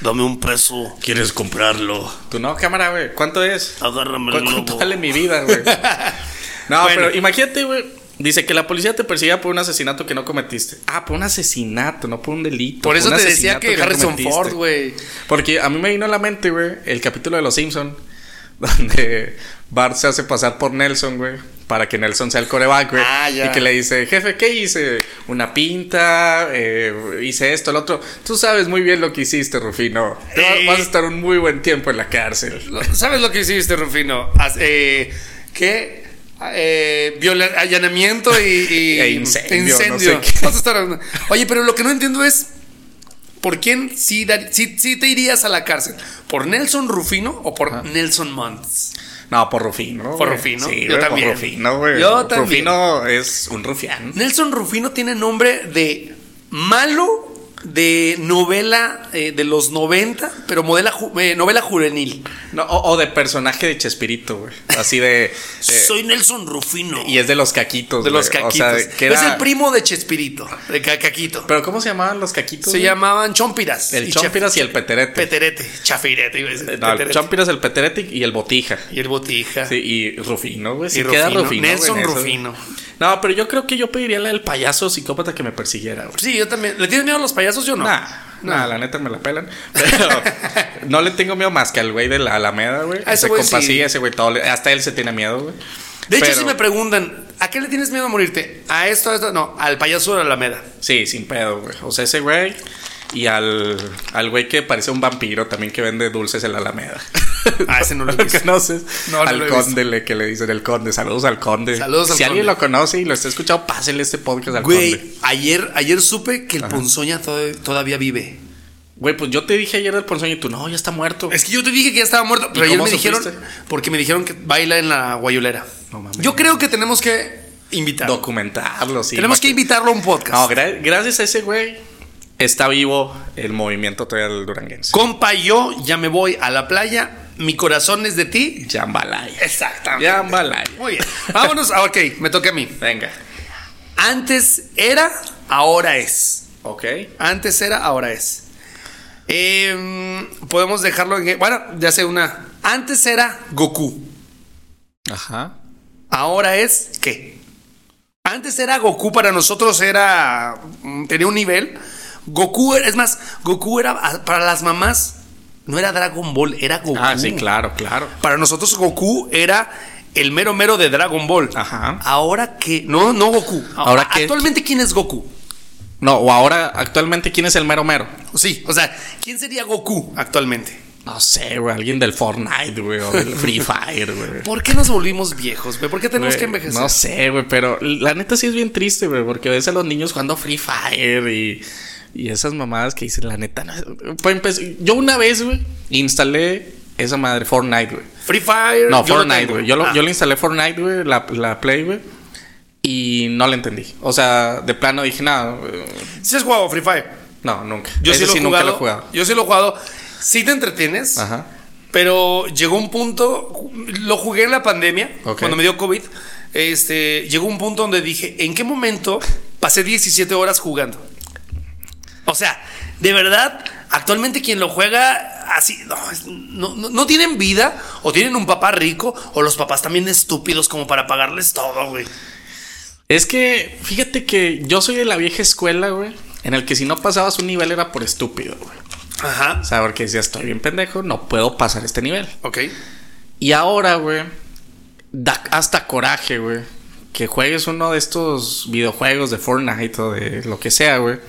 [SPEAKER 3] Dame un peso.
[SPEAKER 2] ¿Quieres comprarlo? Tú no, cámara, güey. ¿Cuánto es?
[SPEAKER 3] Agárrame el
[SPEAKER 2] ¿Cu-
[SPEAKER 3] globo.
[SPEAKER 2] ¿Cuánto vale mi
[SPEAKER 1] <laughs>
[SPEAKER 2] vida, güey? No,
[SPEAKER 1] Bueno.
[SPEAKER 2] pero imagínate, güey. Dice que la policía te persigue por un asesinato que no cometiste. Ah, por un asesinato, no por un delito.
[SPEAKER 1] Por eso
[SPEAKER 2] un
[SPEAKER 1] te decía
[SPEAKER 2] asesinato
[SPEAKER 1] que
[SPEAKER 2] no
[SPEAKER 1] Harrison
[SPEAKER 2] cometiste.
[SPEAKER 1] Ford, güey.
[SPEAKER 2] Porque a mí me vino a la mente, güey, el capítulo de Los Simpson <laughs> donde Bart se hace pasar por Nelson, güey, para que Nelson sea el coreback, güey.
[SPEAKER 1] Ah, ya.
[SPEAKER 2] Y que le dice, jefe, ¿qué hice? Una pinta, eh, hice esto, el otro. Tú sabes muy bien lo que hiciste, Rufino. Te va-
[SPEAKER 1] Eh.
[SPEAKER 2] Vas a estar un muy buen tiempo en la cárcel.
[SPEAKER 1] Lo- ¿Sabes lo que hiciste, Rufino? Haz- eh, ¿Qué? Eh, viola- allanamiento y, y-
[SPEAKER 2] <laughs> E incendio, no sé qué.
[SPEAKER 1] Vas a estar- Oye, pero lo que no entiendo es por quién sí, dar- sí- sí te irías a la cárcel. ¿Por Nelson Rufino o por Nelson Muntz?
[SPEAKER 2] No, por Rufino.
[SPEAKER 1] Por
[SPEAKER 2] güey.
[SPEAKER 1] Rufino,
[SPEAKER 2] Sí,
[SPEAKER 1] yo
[SPEAKER 2] güey,
[SPEAKER 1] también.
[SPEAKER 2] Por Rufino, güey.
[SPEAKER 1] Yo también.
[SPEAKER 2] Rufino es un rufián.
[SPEAKER 1] Nelson Rufino tiene nombre de malo de novela eh, de los 90, pero modela ju- eh, novela juvenil.
[SPEAKER 2] No, o, o de personaje de Chespirito, güey. Así de. eh,
[SPEAKER 3] Soy Nelson Rufino.
[SPEAKER 2] y es de los caquitos.
[SPEAKER 1] De los
[SPEAKER 2] güey. O
[SPEAKER 1] caquitos.
[SPEAKER 2] sea, que
[SPEAKER 1] Es
[SPEAKER 2] era-
[SPEAKER 1] el primo de Chespirito, de Ca- Caquito.
[SPEAKER 2] ¿Pero cómo se llamaban los caquitos?
[SPEAKER 1] Se
[SPEAKER 2] güey?
[SPEAKER 1] llamaban chompiras.
[SPEAKER 2] El
[SPEAKER 1] Y
[SPEAKER 2] chompiras
[SPEAKER 1] chaf-
[SPEAKER 2] y el peterete.
[SPEAKER 1] Peterete, chafirete, iba a decir,
[SPEAKER 2] No, el
[SPEAKER 1] peterete.
[SPEAKER 2] chompiras, el peterete y el botija.
[SPEAKER 1] Y el botija.
[SPEAKER 2] Sí, y Rufino, güey.
[SPEAKER 1] Y
[SPEAKER 2] Sí, queda
[SPEAKER 1] Rufino.
[SPEAKER 2] Rufino. güey,
[SPEAKER 1] Nelson
[SPEAKER 2] en eso.
[SPEAKER 1] Rufino.
[SPEAKER 2] No, pero yo creo que yo pediría la del payaso psicópata que me persiguiera, güey.
[SPEAKER 1] Sí, yo también. ¿Le tienes miedo a los payasos? Yo no.
[SPEAKER 2] Nah, nah, la neta me la pelan. Pero
[SPEAKER 1] <laughs>
[SPEAKER 2] no le tengo miedo más que al güey de la Alameda, güey.
[SPEAKER 1] A ese
[SPEAKER 2] Ese
[SPEAKER 1] güey
[SPEAKER 2] compa
[SPEAKER 1] sí.
[SPEAKER 2] sí, ese güey todo. le- Hasta él se tiene miedo, güey.
[SPEAKER 1] De hecho,
[SPEAKER 2] Pero-
[SPEAKER 1] si me preguntan, ¿a qué le tienes miedo a morirte? A esto, a esto. No, al payaso de la Alameda.
[SPEAKER 2] Sí, sin pedo, güey. O sea, ese güey y al, al güey que parece un vampiro también que vende dulces en la Alameda.
[SPEAKER 1] <laughs> Ah, ese
[SPEAKER 2] <laughs>
[SPEAKER 1] no lo he visto.
[SPEAKER 2] conoces?
[SPEAKER 1] No, no
[SPEAKER 2] al
[SPEAKER 1] lo he
[SPEAKER 2] conde le, que le dicen el conde. Saludos al conde.
[SPEAKER 1] Saludos al
[SPEAKER 2] si alguien
[SPEAKER 1] conde.
[SPEAKER 2] lo conoce y lo está escuchando, pásenle este podcast al conde.
[SPEAKER 1] Güey, ayer, ayer supe que el Ponzoña to- todavía vive.
[SPEAKER 2] Güey, pues yo te dije ayer del ponzoño y tú, no, ya está muerto.
[SPEAKER 1] Es que yo te dije que ya estaba muerto, pero ayer
[SPEAKER 2] cómo
[SPEAKER 1] me dijeron.
[SPEAKER 2] supiste?
[SPEAKER 1] Porque me dijeron que baila en la guayolera.
[SPEAKER 2] No mames.
[SPEAKER 1] Yo creo que tenemos que invitarlo.
[SPEAKER 2] Documentarlo, sí.
[SPEAKER 1] tenemos
[SPEAKER 2] pa'
[SPEAKER 1] que invitarlo a un podcast.
[SPEAKER 2] No, gra- gracias a ese güey está vivo el movimiento todavía del duranguense.
[SPEAKER 1] Compa, yo ya me voy a la playa. Mi corazón es de ti.
[SPEAKER 2] Jambalaya.
[SPEAKER 1] Exactamente.
[SPEAKER 2] Jambalaya.
[SPEAKER 1] Muy
[SPEAKER 2] <laughs>
[SPEAKER 1] bien. Vámonos. Ah, ok, me toca a mí.
[SPEAKER 2] Venga.
[SPEAKER 1] Antes era, ahora es.
[SPEAKER 2] Ok.
[SPEAKER 1] Antes era, ahora es. Em, podemos dejarlo en. Bueno, ya sé una. Antes era Goku.
[SPEAKER 2] Ajá.
[SPEAKER 1] Ahora es qué. Antes era Goku, para nosotros era. mm, tenía un nivel. Goku, era- es más, Goku era ah, para las mamás. No era Dragon Ball, era Goku.
[SPEAKER 2] Ah, sí, claro, claro.
[SPEAKER 1] Para nosotros Goku era el mero mero de Dragon Ball.
[SPEAKER 2] Ajá.
[SPEAKER 1] Ahora que no, no Goku.
[SPEAKER 2] Ahora que-
[SPEAKER 1] actualmente quién es Goku?
[SPEAKER 2] No, o ahora, actualmente, ¿quién es el mero mero?
[SPEAKER 1] Sí, o sea, ¿quién sería Goku actualmente?
[SPEAKER 2] No sé, güey, alguien del Fortnite, güey, o del Free <laughs> Fire, güey.
[SPEAKER 1] ¿Por qué nos volvimos viejos? güey? ¿Por qué tenemos
[SPEAKER 2] Güey,
[SPEAKER 1] que envejecer?
[SPEAKER 2] No sé, güey, pero la neta sí es bien triste, güey, porque ves a los niños jugando Free Fire y, y esas mamadas que dicen, la neta. no- Para empezar, yo una vez, güey, instalé esa madre, Fortnite, güey.
[SPEAKER 1] Free Fire.
[SPEAKER 2] No,
[SPEAKER 1] yo lo
[SPEAKER 2] Fortnite,
[SPEAKER 1] tengo.
[SPEAKER 2] güey. Yo, lo-
[SPEAKER 1] Ah.
[SPEAKER 2] yo le instalé Fortnite, güey, la, la Play, güey. Y no la entendí. O sea, de plano dije, nada, eh,
[SPEAKER 1] Sí has jugado Free Fire.
[SPEAKER 2] no, nunca.
[SPEAKER 1] Yo sí,
[SPEAKER 2] Ese
[SPEAKER 1] lo he
[SPEAKER 2] nunca
[SPEAKER 1] jugado,
[SPEAKER 2] lo he jugado.
[SPEAKER 1] Yo sí lo he jugado. Sí te entretienes,
[SPEAKER 2] Ajá.
[SPEAKER 1] pero llegó un punto. Lo jugué en la pandemia,
[SPEAKER 2] Ok.
[SPEAKER 1] cuando me dio COVID. Este, llegó un punto donde dije: ¿en qué momento pasé 17 horas jugando? O sea, de verdad, actualmente quien lo juega así, no, es- no, no- no tienen vida, o tienen un papá rico, o los papás también estúpidos como para pagarles todo, güey.
[SPEAKER 2] Es que, fíjate que yo soy de la vieja escuela, güey. En el que si no pasabas un nivel era por estúpido, güey.
[SPEAKER 1] Ajá.
[SPEAKER 2] O sea, porque decía, estoy bien pendejo, no puedo pasar este nivel.
[SPEAKER 1] Ok.
[SPEAKER 2] Y ahora, güey, da hasta coraje, güey. Que juegues uno de estos videojuegos de Fortnite o de lo que sea, güey.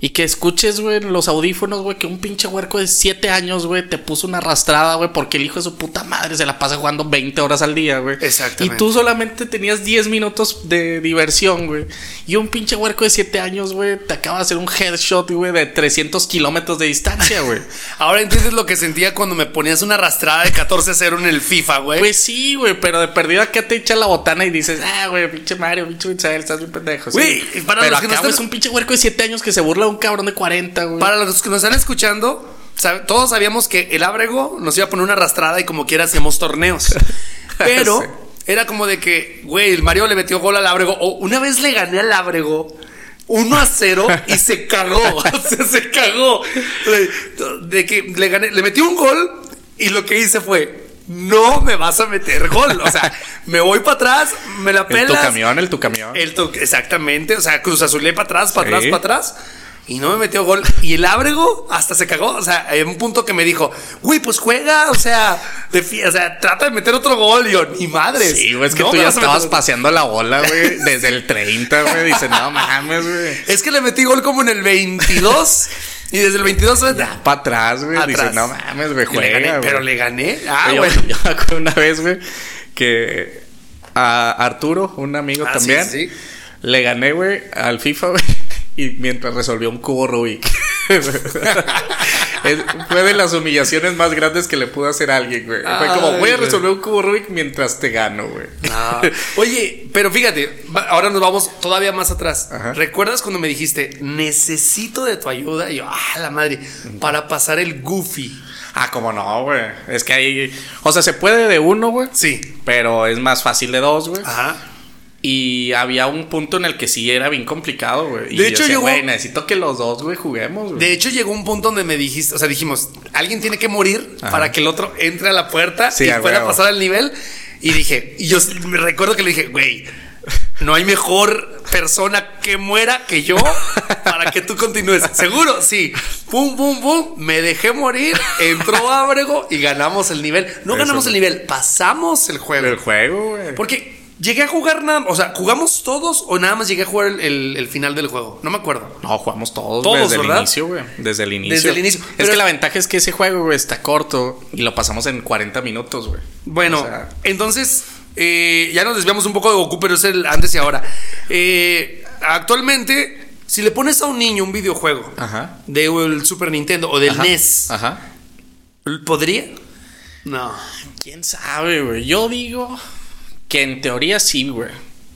[SPEAKER 2] Y que escuches, güey, en los audífonos, güey, que un pinche huerco de 7 años, güey, te puso una arrastrada, güey, porque el hijo de su puta madre se la pasa jugando 20 horas al día, güey.
[SPEAKER 1] Exactamente.
[SPEAKER 2] Y tú solamente tenías 10 minutos de diversión, güey. Y un pinche huerco de 7 años, güey, te acaba de hacer un headshot, güey, de 300 kilómetros de distancia, güey.
[SPEAKER 1] Ahora entiendes lo que sentía cuando me ponías una arrastrada de 14-0 en el FIFA, güey.
[SPEAKER 2] Pues sí, güey, pero de perdido acá te echa la botana y dices, ah, güey, pinche Mario, pinche Michael, estás bien pendejo. sí.
[SPEAKER 1] Güey, para
[SPEAKER 2] pero
[SPEAKER 1] los
[SPEAKER 2] acá
[SPEAKER 1] que no
[SPEAKER 2] güey,
[SPEAKER 1] están-
[SPEAKER 2] es un pinche huerco de 7 años que se burla un cabrón de 40, güey.
[SPEAKER 1] Para los que nos están escuchando, sabe- todos sabíamos que el Ábrego nos iba a poner una arrastrada y como quiera hacíamos
[SPEAKER 2] <laughs>
[SPEAKER 1] torneos. Pero
[SPEAKER 2] Sí.
[SPEAKER 1] era como de que, güey, el Mario le metió gol al Ábrego. O una vez le gané al Ábrego 1 a 0 y se cagó. <laughs> o sea, se cagó. Le- De que le gané, le metí un gol y lo que hice fue. No me vas a meter gol. O sea, me voy para atrás, me la
[SPEAKER 2] el tu
[SPEAKER 1] pelas.
[SPEAKER 2] camión, el tu camión.
[SPEAKER 1] El to- exactamente, o sea, Cruz Azulé para atrás, para
[SPEAKER 2] Sí.
[SPEAKER 1] atrás, para atrás. Y no me metió gol. Y el ábrego hasta se cagó. O sea, en un punto que me dijo, güey, pues juega, o sea, defi- o sea, trata de meter otro gol. Y yo, ni madres.
[SPEAKER 2] Sí, güey, es que
[SPEAKER 1] No
[SPEAKER 2] tú
[SPEAKER 1] me
[SPEAKER 2] ya
[SPEAKER 1] vas a meter
[SPEAKER 2] estabas
[SPEAKER 1] gol".
[SPEAKER 2] paseando la bola, güey, desde el 30, güey.
[SPEAKER 1] <laughs>
[SPEAKER 2] Dice, no mames, güey.
[SPEAKER 1] Es que le metí gol como en el 22. y desde el 22
[SPEAKER 2] Ya para atrás, güey. Dice,
[SPEAKER 1] Atrás.
[SPEAKER 2] no mames, güey,
[SPEAKER 1] Y le gané,
[SPEAKER 2] juega, güey.
[SPEAKER 1] pero le gané. Ah,
[SPEAKER 2] yo,
[SPEAKER 1] bueno.
[SPEAKER 2] yo me acuerdo una vez, güey, que a Arturo, un amigo
[SPEAKER 1] Ah, sí,
[SPEAKER 2] también,
[SPEAKER 1] sí, sí.
[SPEAKER 2] le gané, güey, al FIFA, güey. Y mientras resolvió un cubo Rubik. <laughs> Es- fue de las humillaciones más grandes que le pudo hacer a alguien, güey. Fue como,
[SPEAKER 1] Ay,
[SPEAKER 2] voy
[SPEAKER 1] güey.
[SPEAKER 2] a resolver un cubo Rubik mientras te gano, güey.
[SPEAKER 1] Ah, <laughs> Oye, pero fíjate, va- ahora nos vamos todavía más atrás.
[SPEAKER 2] Ajá.
[SPEAKER 1] ¿Recuerdas cuando me dijiste, necesito de tu ayuda? Y yo, ah, la madre, para pasar el goofy.
[SPEAKER 2] <laughs> Ah, como no, güey. Es que ahí. O sea, se puede de uno, güey.
[SPEAKER 1] Sí.
[SPEAKER 2] Pero es más fácil de dos, güey.
[SPEAKER 1] Ajá.
[SPEAKER 2] Y había un punto en el que sí era bien complicado, güey. Y
[SPEAKER 1] De hecho,
[SPEAKER 2] decía,
[SPEAKER 1] llegó-
[SPEAKER 2] güey, necesito que los dos, güey, juguemos, güey.
[SPEAKER 1] De hecho, llegó un punto donde me dijiste, o sea, dijimos, alguien tiene que morir
[SPEAKER 2] Ajá.
[SPEAKER 1] para que el otro entre a la puerta
[SPEAKER 2] Sí,
[SPEAKER 1] y
[SPEAKER 2] a
[SPEAKER 1] pueda
[SPEAKER 2] huevo.
[SPEAKER 1] pasar al nivel. Y dije, y yo me recuerdo que le dije, güey, no hay mejor persona que muera que yo para que tú continúes. Seguro, sí. Pum, pum, pum. Me dejé morir, entró Ábrego y ganamos el nivel. No
[SPEAKER 2] Eso.
[SPEAKER 1] ganamos el nivel, pasamos el juego.
[SPEAKER 2] el juego, güey.
[SPEAKER 1] Porque llegué a jugar nada, o sea, jugamos todos o nada más llegué a jugar el- el- el final del juego. No me acuerdo.
[SPEAKER 2] No, jugamos todos,
[SPEAKER 1] Todos,
[SPEAKER 2] güey, desde
[SPEAKER 1] ¿verdad?
[SPEAKER 2] el inicio, güey. Desde el inicio.
[SPEAKER 1] Desde el inicio.
[SPEAKER 2] Es
[SPEAKER 1] Pero-
[SPEAKER 2] que la ventaja es que ese juego, güey, está corto y lo pasamos en 40 minutos, güey.
[SPEAKER 1] Bueno,
[SPEAKER 2] O sea,
[SPEAKER 1] entonces eh, ya nos desviamos un poco de Goku, pero es el antes y ahora. Eh, actualmente, si le pones a un niño un videojuego
[SPEAKER 2] Ajá.
[SPEAKER 1] del Super Nintendo o del
[SPEAKER 2] ajá, Ah.
[SPEAKER 1] NES,
[SPEAKER 2] Ajá.
[SPEAKER 1] ¿podría? No.
[SPEAKER 2] ¿Quién sabe, güey? Yo digo que en teoría sí, güey.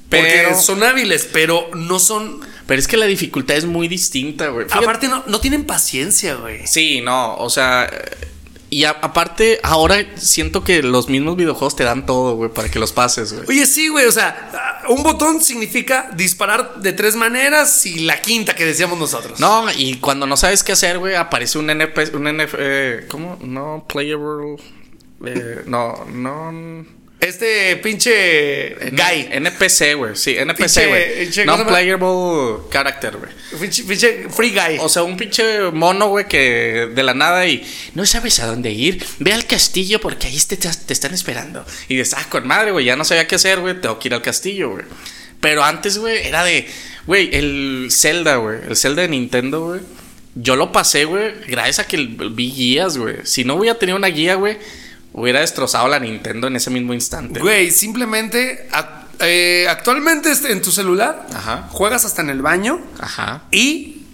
[SPEAKER 2] Pero,
[SPEAKER 1] Porque son hábiles, pero no son.
[SPEAKER 2] pero es que la dificultad es muy distinta, güey. Fíjate-
[SPEAKER 1] Aparte, no, no tienen paciencia, güey.
[SPEAKER 2] Sí, no, o sea. eh, Y a- aparte, ahora siento que los mismos videojuegos te dan todo, güey, para que los pases, güey.
[SPEAKER 1] Oye, sí, güey, o sea, ah, un botón significa disparar de tres maneras y la quinta que decíamos nosotros.
[SPEAKER 2] No, y cuando no sabes qué hacer, güey, aparece un NPC, un NF, eh, ¿cómo? No, playable, eh, no, no,
[SPEAKER 1] Este pinche guy,
[SPEAKER 2] NPC, güey, sí, NPC,
[SPEAKER 1] Pinche-
[SPEAKER 2] güey,
[SPEAKER 1] pinche- ¿cómo se
[SPEAKER 2] no
[SPEAKER 1] llama?
[SPEAKER 2] playable character, güey.
[SPEAKER 1] pinche, pinche free guy.
[SPEAKER 2] <laughs> O sea, un pinche mono, güey, que de la nada y no sabes a dónde ir. Ve al castillo porque ahí te, te están esperando. Y dices, ah, con madre, güey, ya no sabía qué hacer, güey, tengo que ir al castillo, güey. Pero antes, güey, era de, güey, el Zelda, güey, el Zelda de Nintendo, güey. Yo lo pasé, güey, gracias a que vi guías, güey. Si no hubiera tenido una guía, güey, hubiera destrozado la Nintendo en ese mismo instante.
[SPEAKER 1] Güey, simplemente ac- eh, actualmente este, en tu celular
[SPEAKER 2] Ajá.
[SPEAKER 1] juegas hasta en el baño
[SPEAKER 2] Ajá.
[SPEAKER 1] y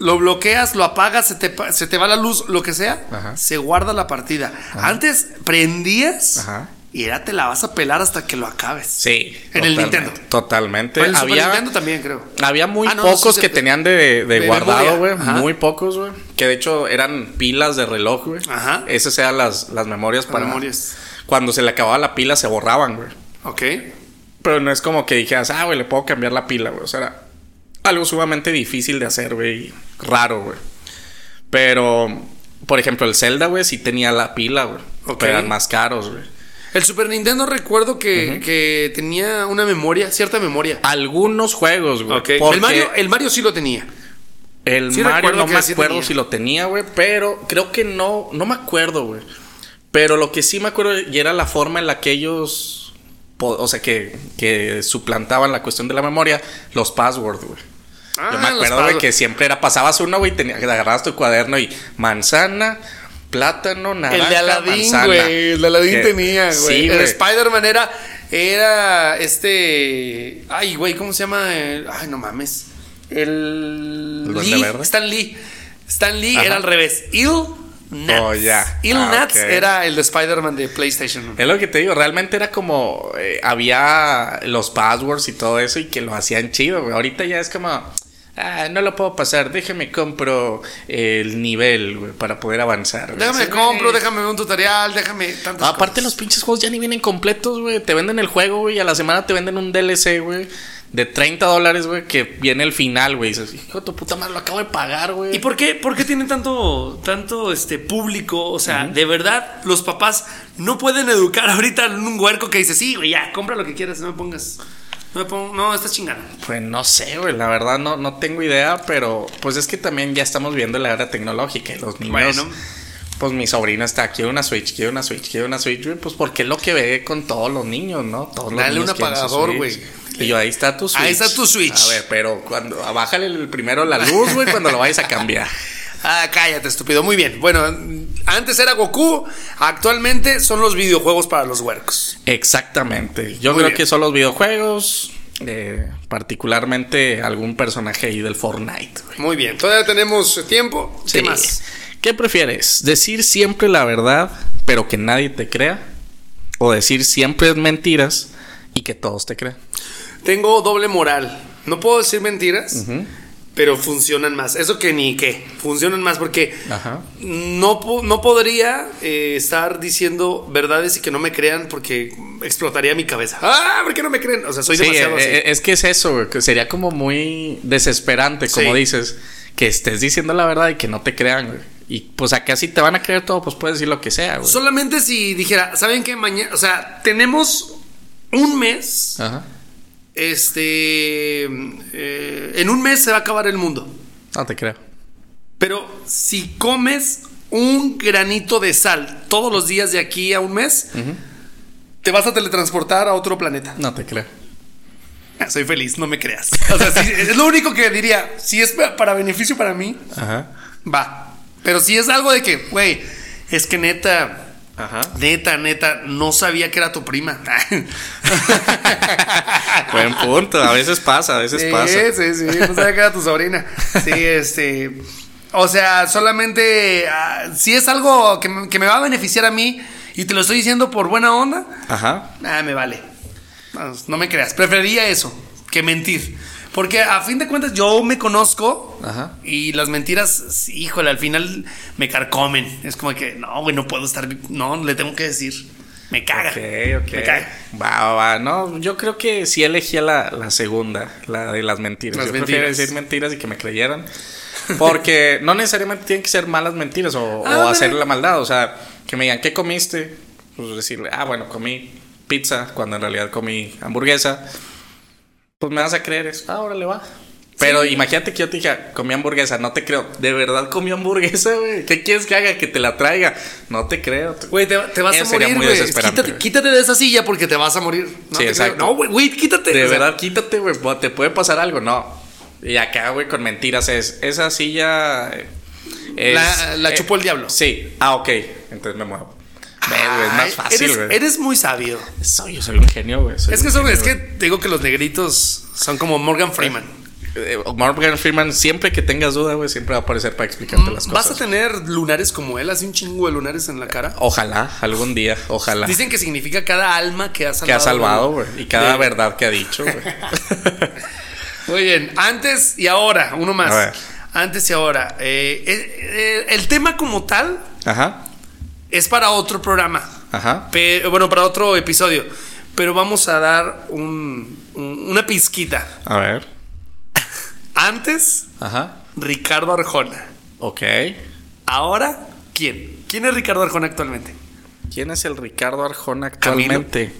[SPEAKER 1] lo bloqueas, lo apagas, se te, pa- se te va la luz, lo que sea,
[SPEAKER 2] Ajá.
[SPEAKER 1] se guarda la partida. Antes prendías
[SPEAKER 2] Ajá.
[SPEAKER 1] y era te la vas a pelar hasta que lo acabes.
[SPEAKER 2] Sí.
[SPEAKER 1] En el
[SPEAKER 2] totalmente,
[SPEAKER 1] Nintendo.
[SPEAKER 2] Totalmente.
[SPEAKER 1] Pero en el Super
[SPEAKER 2] Había-
[SPEAKER 1] Nintendo también, creo.
[SPEAKER 2] Había muy
[SPEAKER 1] Ah, no,
[SPEAKER 2] pocos
[SPEAKER 1] sí,
[SPEAKER 2] que
[SPEAKER 1] de-
[SPEAKER 2] tenían de, de
[SPEAKER 1] de memoria.
[SPEAKER 2] guardado, güey.
[SPEAKER 1] Ajá.
[SPEAKER 2] Muy pocos, güey. Que de hecho eran pilas de reloj, güey.
[SPEAKER 1] Ajá.
[SPEAKER 2] Esas eran las, las memorias para.
[SPEAKER 1] memorias.
[SPEAKER 2] Cuando se le acababa la pila se borraban, güey.
[SPEAKER 1] Ok.
[SPEAKER 2] Pero no es como que dijeras, ah, güey, le puedo cambiar la pila, güey. O sea, era algo sumamente difícil de hacer, güey. y Raro, güey. Pero, por ejemplo, el Zelda, güey, sí tenía la pila, güey.
[SPEAKER 1] Ok.
[SPEAKER 2] Pero eran más caros, güey.
[SPEAKER 1] El Super Nintendo recuerdo que, que tenía una memoria, cierta memoria.
[SPEAKER 2] Algunos juegos, güey.
[SPEAKER 1] Ok.
[SPEAKER 2] porque-
[SPEAKER 1] El, Mario, el Mario sí lo tenía.
[SPEAKER 2] El
[SPEAKER 1] Sí
[SPEAKER 2] Mario
[SPEAKER 1] recuerdo
[SPEAKER 2] no
[SPEAKER 1] que
[SPEAKER 2] me
[SPEAKER 1] sí
[SPEAKER 2] acuerdo
[SPEAKER 1] tenía.
[SPEAKER 2] si lo tenía, güey, pero creo que no, no me acuerdo, güey. Pero lo que sí me acuerdo y era la forma en la que ellos, po- o sea, que, que suplantaban la cuestión de la memoria, los passwords, güey. Yo me
[SPEAKER 1] Ah, los
[SPEAKER 2] acuerdo, güey,
[SPEAKER 1] pa-
[SPEAKER 2] que siempre era, pasabas uno, güey, y tenía- agarrabas tu cuaderno y manzana, plátano, naranja,
[SPEAKER 1] El de Aladdin,
[SPEAKER 2] manzana.
[SPEAKER 1] güey. El de Aladdin
[SPEAKER 2] Que-
[SPEAKER 1] tenía, güey.
[SPEAKER 2] Sí,
[SPEAKER 1] el
[SPEAKER 2] güey.
[SPEAKER 1] Spider-Man era. Era este. Ay, güey, ¿cómo se llama? El- Ay, no mames. El.
[SPEAKER 2] ¿El Duende
[SPEAKER 1] Lee,
[SPEAKER 2] Verde?
[SPEAKER 1] Stan Lee. Stan Lee
[SPEAKER 2] Ajá.
[SPEAKER 1] era al revés. Il Nats.
[SPEAKER 2] Oh, ya.
[SPEAKER 1] Il
[SPEAKER 2] Ah,
[SPEAKER 1] Nats
[SPEAKER 2] ok. Eh,
[SPEAKER 1] era el de Spider-Man de PlayStation.
[SPEAKER 2] Es lo que te digo, realmente era como eh, había los passwords y todo eso y que lo hacían chido, güey. Ahorita ya es como, Ah, no lo puedo pasar. Déjame compro el nivel, güey, para poder avanzar. güey.
[SPEAKER 4] Déjame
[SPEAKER 2] Sí,
[SPEAKER 4] compro,
[SPEAKER 2] güey.
[SPEAKER 4] déjame ver un tutorial, déjame tantas
[SPEAKER 2] Aparte, los
[SPEAKER 4] cosas.
[SPEAKER 2] pinches juegos ya ni vienen completos, güey. Te venden el juego, güey. y A la semana te venden un DLC, güey. De 30 dólares, güey, que viene el final, güey. Y dices, hijo de tu puta madre, lo acabo de pagar, güey.
[SPEAKER 5] ¿Y por qué, por qué tienen tanto, tanto este, público? O sea, de verdad, los papás no pueden educar ahorita en un huerco que dice, sí, güey, ya, compra lo que quieras, no me pongas. No, me pon- no estás chingando.
[SPEAKER 2] Pues no sé, güey. La verdad, no, no tengo idea, pero pues es que también ya estamos viendo la era tecnológica. y Los niños.
[SPEAKER 5] Bueno.
[SPEAKER 2] Pues mi sobrino está, quiere una Switch, quiere una Switch, quiere una Switch, güey. Pues porque es lo que ve con todos los niños, ¿no? Todos los
[SPEAKER 4] Dale
[SPEAKER 2] niños
[SPEAKER 4] un
[SPEAKER 2] quieren su
[SPEAKER 4] apagador,
[SPEAKER 2] Switch.
[SPEAKER 4] güey.
[SPEAKER 2] Y yo, ahí está tu Switch.
[SPEAKER 4] Ahí está tu Switch.
[SPEAKER 2] A ver, pero cuando bájale el- primero la luz, güey, cuando lo vayas a
[SPEAKER 4] <laughs>
[SPEAKER 2] cambiar.
[SPEAKER 4] Ah, cállate, estúpido. Muy bien. Bueno, antes era Goku, actualmente son los videojuegos para
[SPEAKER 2] <laughs>
[SPEAKER 4] los huercos.
[SPEAKER 2] Exactamente. Yo
[SPEAKER 4] Muy
[SPEAKER 2] creo
[SPEAKER 4] bien.
[SPEAKER 2] que son los videojuegos, eh, particularmente algún personaje ahí del Fortnite, güey.
[SPEAKER 4] Muy bien. Todavía tenemos tiempo. ¿Qué
[SPEAKER 2] Sí.
[SPEAKER 4] más?
[SPEAKER 2] ¿Qué prefieres? ¿Decir siempre la verdad, pero que nadie te crea? ¿O decir siempre mentiras y que todos te crean?
[SPEAKER 4] Tengo doble moral. No puedo decir mentiras,
[SPEAKER 5] Mm.
[SPEAKER 4] pero funcionan más. Eso que ni qué. Funcionan más porque
[SPEAKER 2] Ajá.
[SPEAKER 4] no, po- no podría eh, estar diciendo verdades y que no me crean porque explotaría mi cabeza. Ah, ¿por qué no me creen? O sea, soy
[SPEAKER 2] Sí,
[SPEAKER 4] demasiado
[SPEAKER 2] eh,
[SPEAKER 4] así.
[SPEAKER 2] eh, es que es eso, güey, que sería como muy desesperante, como
[SPEAKER 4] Sí.
[SPEAKER 2] dices, que estés diciendo la verdad y que no te crean, güey. Y pues acá sí te van a creer todo, pues puedes decir lo que sea, güey.
[SPEAKER 4] Solamente si dijera, ¿saben qué? Mañana, o sea, tenemos un mes.
[SPEAKER 2] Ajá.
[SPEAKER 4] Este. eh, en un mes se va a acabar el mundo.
[SPEAKER 2] No te creo.
[SPEAKER 4] Pero si comes un granito de sal todos los días de aquí a un mes, te vas a teletransportar a otro planeta.
[SPEAKER 2] No te creo.
[SPEAKER 4] Ah, Soy feliz, no me creas. O sea, sí, es lo único que diría. Si es pa- para beneficio para mí,
[SPEAKER 2] Ajá.
[SPEAKER 4] va. Pero si es algo de que, güey, es que neta,
[SPEAKER 2] Ajá.
[SPEAKER 4] neta, neta, no sabía que era tu prima. <laughs>
[SPEAKER 2] Buen punto. A veces pasa, a veces pasa.
[SPEAKER 4] Sí, sí, sí. No sabía que era tu sobrina.
[SPEAKER 2] <laughs>
[SPEAKER 4] Sí, este. O sea, solamente ah, si es algo que me, que me va a beneficiar a mí y te lo estoy diciendo por buena onda,
[SPEAKER 2] Ajá.
[SPEAKER 4] nada, me vale. Vamos, No me creas. Preferiría eso que mentir. Porque a fin de cuentas yo me conozco
[SPEAKER 2] Ajá.
[SPEAKER 4] y las mentiras, sí, híjole, al final me carcomen. Es como que, no, güey, no puedo estar. vi- No, le tengo que decir. Me caga.
[SPEAKER 2] Ok, ok.
[SPEAKER 4] Me caga.
[SPEAKER 2] Va, va, va. No, yo creo que sí elegía la, la segunda, la de las mentiras.
[SPEAKER 4] Las
[SPEAKER 2] yo prefiero
[SPEAKER 4] mentiras.
[SPEAKER 2] decir mentiras y que me creyeran. Porque no necesariamente tienen que ser malas mentiras o, o
[SPEAKER 4] Ah, Ándale.
[SPEAKER 2] hacer la maldad. O sea, que me digan, ¿qué comiste? Pues decirle, ah, bueno, comí pizza cuando en realidad comí hamburguesa. Pues me vas a creer eso. Ah, órale, va. Pero imagínate que yo te dije, comí hamburguesa, no te creo. De verdad comí hamburguesa, güey. ¿Qué quieres que haga? Que te la traiga. No te creo.
[SPEAKER 4] Güey, te, te vas
[SPEAKER 2] Eso
[SPEAKER 4] a
[SPEAKER 2] sería
[SPEAKER 4] morir,
[SPEAKER 2] muy
[SPEAKER 4] güey.
[SPEAKER 2] desesperante,
[SPEAKER 4] Quítate,
[SPEAKER 2] güey.
[SPEAKER 4] quítate de esa silla porque te vas a morir. No,
[SPEAKER 2] Sí,
[SPEAKER 4] te creo.
[SPEAKER 2] exacto.
[SPEAKER 4] No, güey, güey, quítate.
[SPEAKER 2] De
[SPEAKER 4] O sea,
[SPEAKER 2] verdad, quítate, güey. po- Te puede pasar algo, no. Y acá, güey, con mentiras es. Esa silla. eh, es-
[SPEAKER 4] La- la
[SPEAKER 2] eh,
[SPEAKER 4] chupó el diablo.
[SPEAKER 2] Sí. Ah, ok. Entonces me muevo. Ves, güey, es
[SPEAKER 4] ay,
[SPEAKER 2] más fácil,
[SPEAKER 4] eres,
[SPEAKER 2] güey.
[SPEAKER 4] eres muy sabio.
[SPEAKER 2] Soy, yo soy un genio, güey. soy
[SPEAKER 4] Es que
[SPEAKER 2] un
[SPEAKER 4] son,
[SPEAKER 2] genio,
[SPEAKER 4] es que te digo que los negritos son como Morgan Freeman.
[SPEAKER 2] güey. Eh, Morgan Freeman, siempre que tengas duda, güey, siempre va a aparecer para explicarte las
[SPEAKER 4] Mm, ¿Vas
[SPEAKER 2] cosas.
[SPEAKER 4] a tener lunares como él? Así un chingo de lunares en la cara.
[SPEAKER 2] Ojalá, algún día, ojalá.
[SPEAKER 4] Dicen que significa cada alma que ha salvado.
[SPEAKER 2] que ha salvado, güey. Y cada
[SPEAKER 4] de-
[SPEAKER 2] verdad que ha dicho,
[SPEAKER 4] <laughs>
[SPEAKER 2] güey.
[SPEAKER 4] Muy bien. Antes y ahora, uno más.
[SPEAKER 2] A ver.
[SPEAKER 4] Antes y ahora. Eh, eh, eh, el tema como tal
[SPEAKER 2] ajá,
[SPEAKER 4] es para otro programa.
[SPEAKER 2] ajá.
[SPEAKER 4] Pe- bueno, para otro episodio. Pero vamos a dar un- un- una pizquita.
[SPEAKER 2] A ver.
[SPEAKER 4] Antes,
[SPEAKER 2] Ajá.
[SPEAKER 4] Ricardo Arjona.
[SPEAKER 2] Ok.
[SPEAKER 4] Ahora, ¿quién? ¿Quién es Ricardo Arjona actualmente?
[SPEAKER 2] ¿Quién es el Ricardo Arjona
[SPEAKER 4] Camilo.
[SPEAKER 2] actualmente?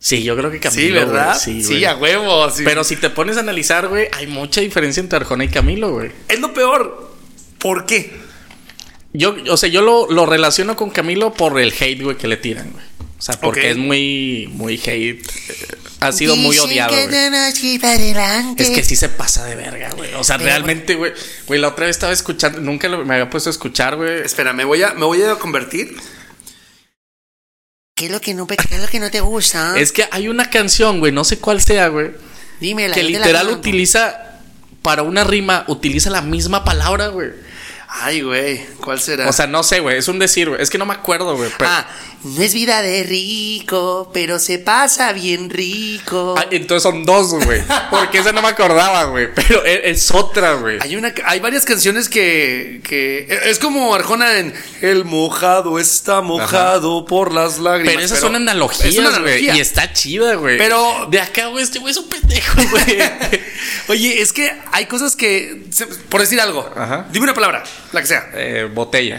[SPEAKER 2] Sí, yo creo que Camilo.
[SPEAKER 4] sí, ¿verdad?
[SPEAKER 2] güey. Sí,
[SPEAKER 4] Sí,
[SPEAKER 2] güey.
[SPEAKER 4] a huevo. sí.
[SPEAKER 2] Pero si te pones a analizar, güey, hay mucha diferencia entre Arjona y Camilo, güey.
[SPEAKER 4] es lo peor. ¿Por qué?
[SPEAKER 2] Yo, o sea, yo lo, lo relaciono con Camilo por el hate, güey, que le tiran, güey. O sea, porque
[SPEAKER 4] Ok.
[SPEAKER 2] es muy, muy hate. eh, Ha sido muy odiado, güey. Es que sí se pasa de verga, güey. O sea, realmente, güey. Güey, la otra vez estaba escuchando, nunca lo- me había puesto a escuchar, güey.
[SPEAKER 4] Espera, me voy a, me voy a convertir.
[SPEAKER 6] ¿Qué es lo que no, pe- qué es lo que no te
[SPEAKER 2] <laughs>
[SPEAKER 6] gusta?
[SPEAKER 2] Es que hay una canción, güey, no sé cuál sea, güey.
[SPEAKER 6] Dime, la
[SPEAKER 2] que
[SPEAKER 6] gente la
[SPEAKER 2] literal
[SPEAKER 6] canta.
[SPEAKER 2] utiliza para una rima, utiliza la misma palabra, güey.
[SPEAKER 4] Ay, güey, ¿cuál será?
[SPEAKER 2] O sea, no sé, güey. Es un decir, güey. Es que no me acuerdo, güey. pero-
[SPEAKER 6] Ah, no es vida de rico, pero se pasa bien rico.
[SPEAKER 2] Ah, entonces son dos, güey. Porque esa no me acordaba, güey. Pero e- es, otra, güey.
[SPEAKER 4] hay, una, hay varias canciones que, que- Eh, Es como Arjona en El mojado está mojado por las lágrimas.
[SPEAKER 2] Pero esas son analogías,
[SPEAKER 4] es una
[SPEAKER 2] güey.
[SPEAKER 4] analogía.
[SPEAKER 2] Y está chida, güey.
[SPEAKER 4] Pero-
[SPEAKER 2] De acá, güey, este güey es un pendejo, güey.
[SPEAKER 4] <laughs> Oye, es que hay cosas que. se- Por decir algo,
[SPEAKER 2] Ajá.
[SPEAKER 4] dime una palabra, la que sea.
[SPEAKER 2] Eh, botella.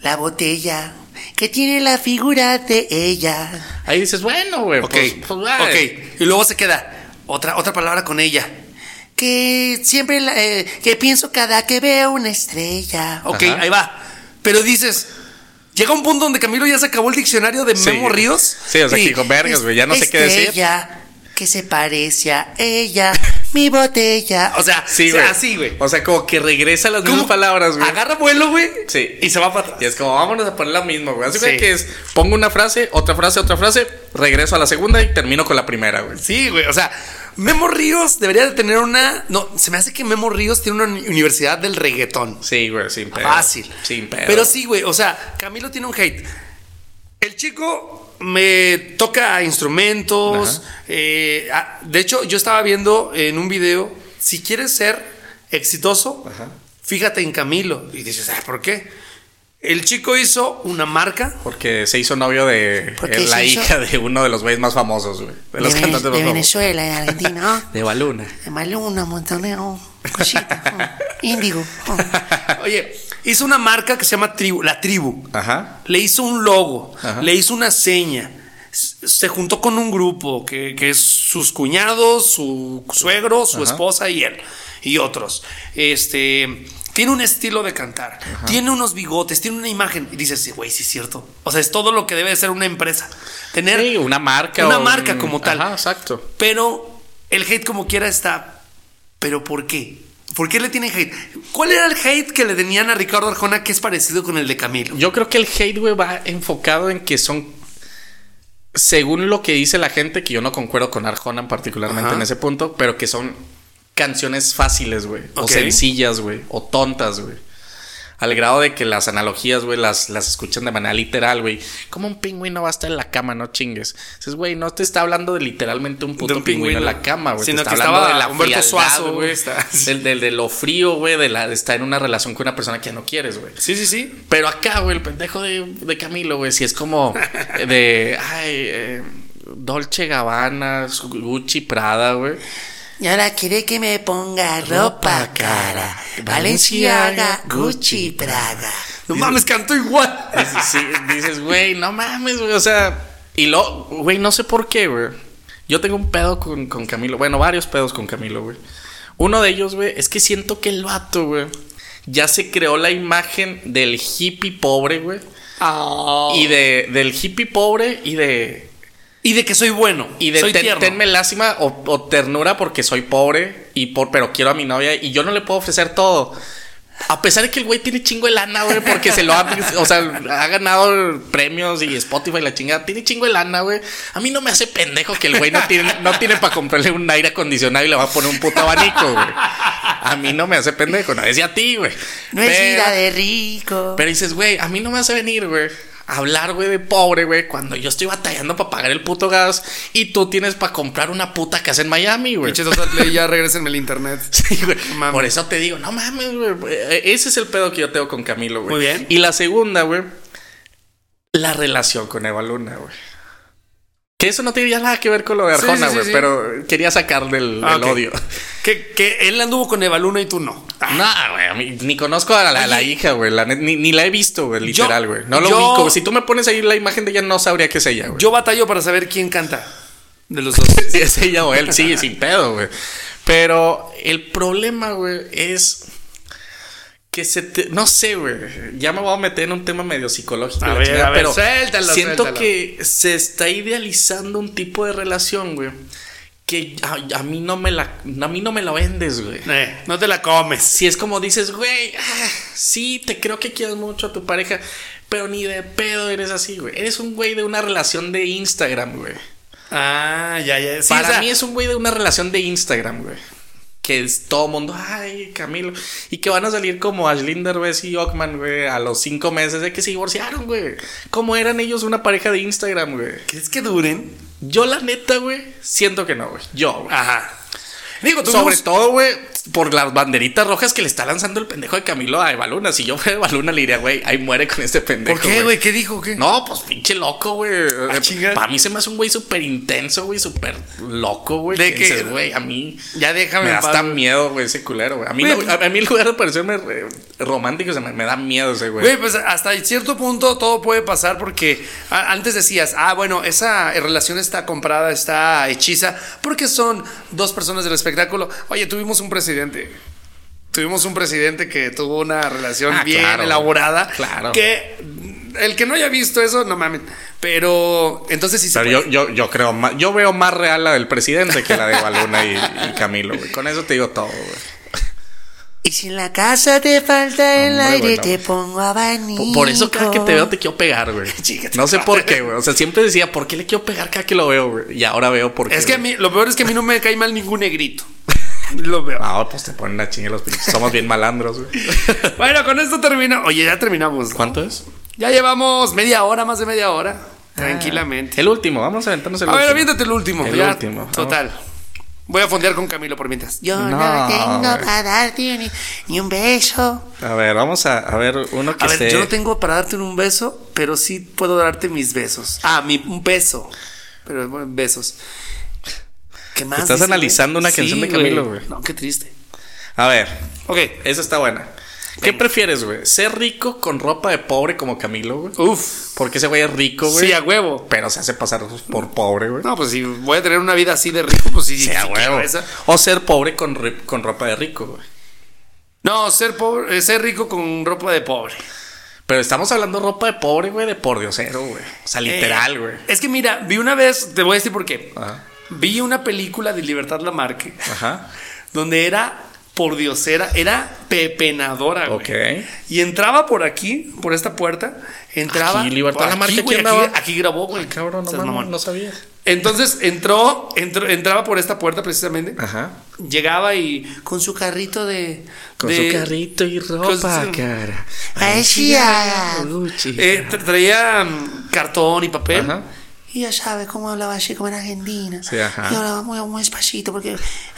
[SPEAKER 6] La botella que tiene la figura de ella.
[SPEAKER 2] Ahí dices, bueno, güey.
[SPEAKER 4] Ok,
[SPEAKER 2] pues- pues, güey.
[SPEAKER 4] ok. Y luego se queda otra, otra palabra con ella.
[SPEAKER 6] Que siempre la- eh, que pienso cada que veo una estrella.
[SPEAKER 4] Ok,
[SPEAKER 2] Ajá.
[SPEAKER 4] ahí va. ah, Pero dices, llega un punto donde Camilo ya se acabó el diccionario de
[SPEAKER 2] Sí.
[SPEAKER 4] Memo Ríos.
[SPEAKER 2] Sí, o sea,
[SPEAKER 4] y-
[SPEAKER 2] que dijo, vergas, pues, güey. Ya no sé qué decir.
[SPEAKER 6] Estrella que se parece a
[SPEAKER 2] <laughs>
[SPEAKER 6] ella, mi botella.
[SPEAKER 4] O sea,
[SPEAKER 2] Sí,
[SPEAKER 4] o sea,
[SPEAKER 2] güey.
[SPEAKER 4] así, ah, güey.
[SPEAKER 2] O sea, como que regresa a las
[SPEAKER 4] ¿Cómo?
[SPEAKER 2] mismas palabras, güey.
[SPEAKER 4] Agarra vuelo, güey.
[SPEAKER 2] Sí.
[SPEAKER 4] Y se va para atrás.
[SPEAKER 2] Y es como, vámonos a poner la misma, güey. Así
[SPEAKER 4] Sí.
[SPEAKER 2] que es, pongo una frase, otra frase, otra frase, regreso a la segunda y termino con la primera, güey.
[SPEAKER 4] Sí, güey. O sea, Memo Ríos debería de tener una. No, se me hace que Memo Ríos tiene una uni- universidad del reggaetón.
[SPEAKER 2] Sí, güey, sin pedo.
[SPEAKER 4] Fácil.
[SPEAKER 2] Sin pedo.
[SPEAKER 4] Pero sí, güey. O sea, Camilo tiene un hate. El chico me toca instrumentos. eh, ah, de hecho, yo estaba viendo en un video, si quieres ser exitoso, fíjate en Camilo. Y dices, ah, ¿por qué? El chico hizo una marca.
[SPEAKER 2] <laughs> Porque se hizo novio de
[SPEAKER 6] Porque
[SPEAKER 2] eh, la
[SPEAKER 6] se hizo-
[SPEAKER 2] hija de uno de los güeyes más famosos, güey. De los
[SPEAKER 6] de, Vene-
[SPEAKER 2] cantantes más
[SPEAKER 6] de
[SPEAKER 2] famosos.
[SPEAKER 6] Venezuela,
[SPEAKER 2] <laughs>
[SPEAKER 6] de Argentina,
[SPEAKER 2] De Baluna.
[SPEAKER 6] oh, de Maluna, Montoneo, cosita, <laughs> oh, Índigo. oh.
[SPEAKER 4] Oye, hizo una marca que se llama Tribu, La Tribu.
[SPEAKER 2] Ajá.
[SPEAKER 4] Le hizo un logo,
[SPEAKER 2] Ajá.
[SPEAKER 4] le hizo una seña. S- Se juntó con un grupo que, que es sus cuñados, su suegro, su esposa y él. Y otros. Este. Tiene un estilo de cantar. Tiene unos bigotes, tiene una imagen. Y dices, sí, güey, sí es cierto. O sea, es todo lo que debe de ser una empresa. Tener
[SPEAKER 2] Sí, una marca.
[SPEAKER 4] Una
[SPEAKER 2] o
[SPEAKER 4] marca
[SPEAKER 2] un-
[SPEAKER 4] como tal.
[SPEAKER 2] Ajá, exacto.
[SPEAKER 4] Pero el hate como quiera está. ¿Pero por qué? ¿Por qué le tienen hate? ¿Cuál era el hate que le tenían a Ricardo Arjona que es parecido con el de <laughs> Camilo?
[SPEAKER 2] Yo creo que el hate, güey, va enfocado en que son. Según lo que dice la gente, que yo no concuerdo con Arjona particularmente
[SPEAKER 4] Ajá.
[SPEAKER 2] en ese punto, pero que son canciones fáciles, güey. O
[SPEAKER 4] Ok.
[SPEAKER 2] sencillas, güey. O tontas, güey. Al grado de que las analogías, güey, las, las escuchan de manera literal, güey. Como un pingüino va a estar en la cama, no chingues. Dices, güey, no te está hablando de literalmente un puto
[SPEAKER 4] un
[SPEAKER 2] pingüino, en
[SPEAKER 4] pingüino.
[SPEAKER 2] la cama, güey. Te
[SPEAKER 4] Sino
[SPEAKER 2] está
[SPEAKER 4] que
[SPEAKER 2] hablando
[SPEAKER 4] estaba
[SPEAKER 2] de la
[SPEAKER 4] Humberto
[SPEAKER 2] frialdad,
[SPEAKER 4] Suazo,
[SPEAKER 2] güey.
[SPEAKER 4] está-
[SPEAKER 2] Del, del- de lo frío, güey, de, la- de estar en una relación con una persona que no quieres, güey.
[SPEAKER 4] Sí, sí, sí.
[SPEAKER 2] Pero acá, güey, el pendejo de, de Camilo, güey, si es como de. Ay, eh, Dolce Gabbana, Gucci Prada, güey.
[SPEAKER 6] Y ahora quiere que me ponga ropa cara. Valenciaga, Gucci, Praga.
[SPEAKER 4] No mames, cantó igual.
[SPEAKER 2] Dices, sí, dices, güey, no mames, güey, o sea. Y lo, güey, no sé por qué, güey. Yo tengo un pedo con, con Camilo. Bueno, varios pedos con Camilo, güey. Uno de ellos, güey, es que siento que el vato, güey, ya se creó la imagen del hippie pobre, güey. Y de, del hippie pobre y de.
[SPEAKER 4] Ah, Y de que soy bueno.
[SPEAKER 2] Y de
[SPEAKER 4] soy
[SPEAKER 2] ten-
[SPEAKER 4] tierno.
[SPEAKER 2] tenme lástima o, o ternura porque soy pobre y por pero quiero a mi novia y yo no le puedo ofrecer todo. A pesar de que el güey tiene chingo de lana, güey, porque se lo ha, <laughs> o sea, ha ganado premios y Spotify y la chingada, tiene chingo de lana, güey. A mí no me hace pendejo que el güey no tiene, no tiene para comprarle un aire acondicionado y le va a poner un puto abanico, güey. A mí no me hace pendejo, no es de a ti, güey.
[SPEAKER 6] No es
[SPEAKER 2] Pero-
[SPEAKER 6] vida de rico.
[SPEAKER 2] pero dices, güey, a mí no me hace venir, güey. a Hablar, güey, de pobre, güey, cuando yo estoy batallando para pagar el puto gas y tú tienes para comprar una puta casa en Miami, güey. <laughs>
[SPEAKER 4] Pinche Total Play, ya regrésenme el internet.
[SPEAKER 2] Sí, güey.
[SPEAKER 4] mames.
[SPEAKER 2] Por eso te digo, no mames, güey. Eh, Ese es el pedo que yo tengo con Camilo, güey.
[SPEAKER 4] Muy bien.
[SPEAKER 2] Y la segunda, güey, la relación con Eva Luna, güey. Que eso no tiene ya nada que ver con lo de
[SPEAKER 4] Sí, sí,
[SPEAKER 2] Arjona,
[SPEAKER 4] sí,
[SPEAKER 2] güey,
[SPEAKER 4] sí.
[SPEAKER 2] pero quería sacar del,
[SPEAKER 4] Ah,
[SPEAKER 2] del
[SPEAKER 4] ok.
[SPEAKER 2] odio.
[SPEAKER 4] Que, que él anduvo con Evaluna y tú no.
[SPEAKER 2] No, güey, a mí ni conozco a la, a la hija, güey. la net- ni, ni la he visto, güey, literal, güey. No lo
[SPEAKER 4] yo-
[SPEAKER 2] ubico. güey. Si tú me pones ahí la imagen de ella, no sabría que es ella, güey.
[SPEAKER 4] Yo batallo para saber quién canta. De los dos. <laughs>
[SPEAKER 2] Si es ella o él, sí, sin pedo, güey. Pero el problema, güey, es que se te... No sé, güey. Ya me voy a meter en un tema medio psicológico.
[SPEAKER 4] A
[SPEAKER 2] la
[SPEAKER 4] ver,
[SPEAKER 2] chingada,
[SPEAKER 4] a ver, suéltalo,
[SPEAKER 2] Siento
[SPEAKER 4] suéltalo.
[SPEAKER 2] que se está idealizando un tipo de relación, güey. Que a, a mí no me la... A mí no me lo vendes, güey.
[SPEAKER 4] Eh, no te la comes.
[SPEAKER 2] Si es como dices, güey, ah, sí, te creo que quieres mucho a tu pareja, pero ni de pedo eres así, güey. Eres un güey de una relación de Instagram, güey.
[SPEAKER 4] Ah, ya, ya. Sí,
[SPEAKER 2] Para
[SPEAKER 4] o sea,
[SPEAKER 2] mí es un güey de una relación de Instagram, güey. que es todo mundo, ay, Camilo. Y que van a salir como Ashlyn Derbez y Ockman, güey, a los cinco meses de que se divorciaron, güey. Como eran ellos una pareja de Instagram, güey.
[SPEAKER 4] ¿Crees que duren?
[SPEAKER 2] Yo, la neta, güey, siento que no, güey. Yo, güey.
[SPEAKER 4] Ajá. Digo, tú
[SPEAKER 2] Sobre todo, güey, por las banderitas rojas que le está lanzando el pendejo de Camilo a Evaluna. Si yo fuera Evaluna, le diría, güey, ahí muere con este pendejo.
[SPEAKER 4] ¿Por qué, güey? ¿Qué dijo? ¿Qué?
[SPEAKER 2] No, pues pinche loco, güey.
[SPEAKER 4] chinga.
[SPEAKER 2] Para mí se me hace un güey súper intenso, güey, súper loco, güey.
[SPEAKER 4] ¿De
[SPEAKER 2] que
[SPEAKER 4] qué?
[SPEAKER 2] dices, güey, a mí.
[SPEAKER 4] Ya déjame
[SPEAKER 2] Me
[SPEAKER 4] en
[SPEAKER 2] da
[SPEAKER 4] paz,
[SPEAKER 2] hasta
[SPEAKER 4] güey.
[SPEAKER 2] miedo, güey, ese culero, güey. A mí,
[SPEAKER 4] Güey, pues,
[SPEAKER 2] no- a mí en lugar de parecerme eh, romántico, se me, me da miedo ese, güey.
[SPEAKER 4] Güey, pues hasta cierto punto todo puede pasar porque a- antes decías, ah, bueno, esa relación está comprada, está hechiza, porque son dos personas del espectáculo. Oye, tuvimos un presidente. Tuvimos un presidente que tuvo una relación
[SPEAKER 2] Ah,
[SPEAKER 4] bien
[SPEAKER 2] claro,
[SPEAKER 4] elaborada.
[SPEAKER 2] claro.
[SPEAKER 4] Que el que no haya visto eso, no mames. Pero entonces sí se
[SPEAKER 2] Pero yo, yo, yo creo más, yo veo más real la del presidente que la de Evaluna y, y Camilo, güey. Con eso te digo todo, güey.
[SPEAKER 6] Y si en la casa te falta el
[SPEAKER 2] Hombre,
[SPEAKER 6] aire,
[SPEAKER 2] bueno.
[SPEAKER 6] te pongo abanico.
[SPEAKER 2] Por, por eso cada que te veo te quiero pegar,
[SPEAKER 4] <laughs>
[SPEAKER 2] güey. No sé por qué, güey. O sea, siempre decía, ¿por qué le quiero pegar cada que lo veo, güey? Y ahora veo por qué.
[SPEAKER 4] Es que a
[SPEAKER 2] güey.
[SPEAKER 4] mí, lo peor es que a mí no me cae mal ningún negrito. Lo veo.
[SPEAKER 2] No, pues te ponen la chinga los pinches. Somos bien malandros,
[SPEAKER 4] <laughs>
[SPEAKER 2] güey.
[SPEAKER 4] Bueno, con esto termina. Oye, ya terminamos.
[SPEAKER 2] ¿Cuánto es?
[SPEAKER 4] Ya llevamos media hora, más de media hora. Tranquilamente.
[SPEAKER 2] El último, vamos a aventarnos el
[SPEAKER 4] A ver,
[SPEAKER 2] último.
[SPEAKER 4] aviéntate el Ah. último.
[SPEAKER 2] El
[SPEAKER 4] ya.
[SPEAKER 2] último.
[SPEAKER 4] Total. Voy a fondear con Camilo por mientras.
[SPEAKER 6] Yo no,
[SPEAKER 2] No,
[SPEAKER 6] tengo
[SPEAKER 2] güey.
[SPEAKER 6] para darte ni, ni un beso.
[SPEAKER 2] A ver, vamos a, a ver uno que
[SPEAKER 4] A ver,
[SPEAKER 2] esté-
[SPEAKER 4] yo no tengo para darte un beso, pero sí puedo darte mis besos. Ah, mi un beso. Pero bueno, besos. ¿Qué más?
[SPEAKER 2] Estás
[SPEAKER 4] dice,
[SPEAKER 2] analizando
[SPEAKER 4] güey?
[SPEAKER 2] una canción
[SPEAKER 4] Sí,
[SPEAKER 2] de Camilo, güey.
[SPEAKER 4] No, qué triste.
[SPEAKER 2] A ver,
[SPEAKER 4] Ok.
[SPEAKER 2] esa está buena. ¿Qué prefieres, güey? ¿Ser rico con ropa de pobre como Camilo, güey?
[SPEAKER 4] Uf.
[SPEAKER 2] Porque ese güey es rico, güey.
[SPEAKER 4] Sí, a huevo.
[SPEAKER 2] Pero se hace pasar por pobre, güey.
[SPEAKER 4] No, pues si voy a tener una vida así de rico, pues sí.
[SPEAKER 2] Sí, a
[SPEAKER 4] sí quiero
[SPEAKER 2] huevo.
[SPEAKER 4] esa.
[SPEAKER 2] O ser pobre con, ri- con ropa de rico, güey.
[SPEAKER 4] No, ser pobre, eh, ser rico con ropa de pobre.
[SPEAKER 2] Pero estamos hablando ropa de pobre, güey, de por diosero, güey. O sea, literal,
[SPEAKER 4] Eh,
[SPEAKER 2] güey.
[SPEAKER 4] Es que mira, vi una vez, te voy a decir por qué.
[SPEAKER 2] Ajá.
[SPEAKER 4] Vi una película de Libertad Lamarque,
[SPEAKER 2] Ah, Ajá.
[SPEAKER 4] donde era por diosera, era pepenadora, güey.
[SPEAKER 2] Ok.
[SPEAKER 4] Y entraba por aquí, por esta puerta, entraba.
[SPEAKER 2] Aquí, Libertad
[SPEAKER 4] por aquí,
[SPEAKER 2] Lamarque,
[SPEAKER 4] güey,
[SPEAKER 2] ¿quién
[SPEAKER 4] aquí,
[SPEAKER 2] daba?
[SPEAKER 4] aquí grabó, güey.
[SPEAKER 2] Cabrón, no,
[SPEAKER 4] Seas
[SPEAKER 2] mames,
[SPEAKER 4] mamón.
[SPEAKER 2] no sabía.
[SPEAKER 4] Entonces entró, entró- entraba por esta puerta precisamente.
[SPEAKER 2] Ajá.
[SPEAKER 4] Llegaba y con su carrito de.
[SPEAKER 2] Con
[SPEAKER 4] de-
[SPEAKER 2] su carrito y ropa,
[SPEAKER 4] con su-
[SPEAKER 2] cara.
[SPEAKER 6] Parecía.
[SPEAKER 2] Gucci.
[SPEAKER 4] eh, tra- traía mm, cartón y papel.
[SPEAKER 2] Ajá.
[SPEAKER 6] Y ya sabes cómo hablaba así como en Argentina.
[SPEAKER 2] Sí, ajá.
[SPEAKER 6] Yo hablaba muy, muy despacito porque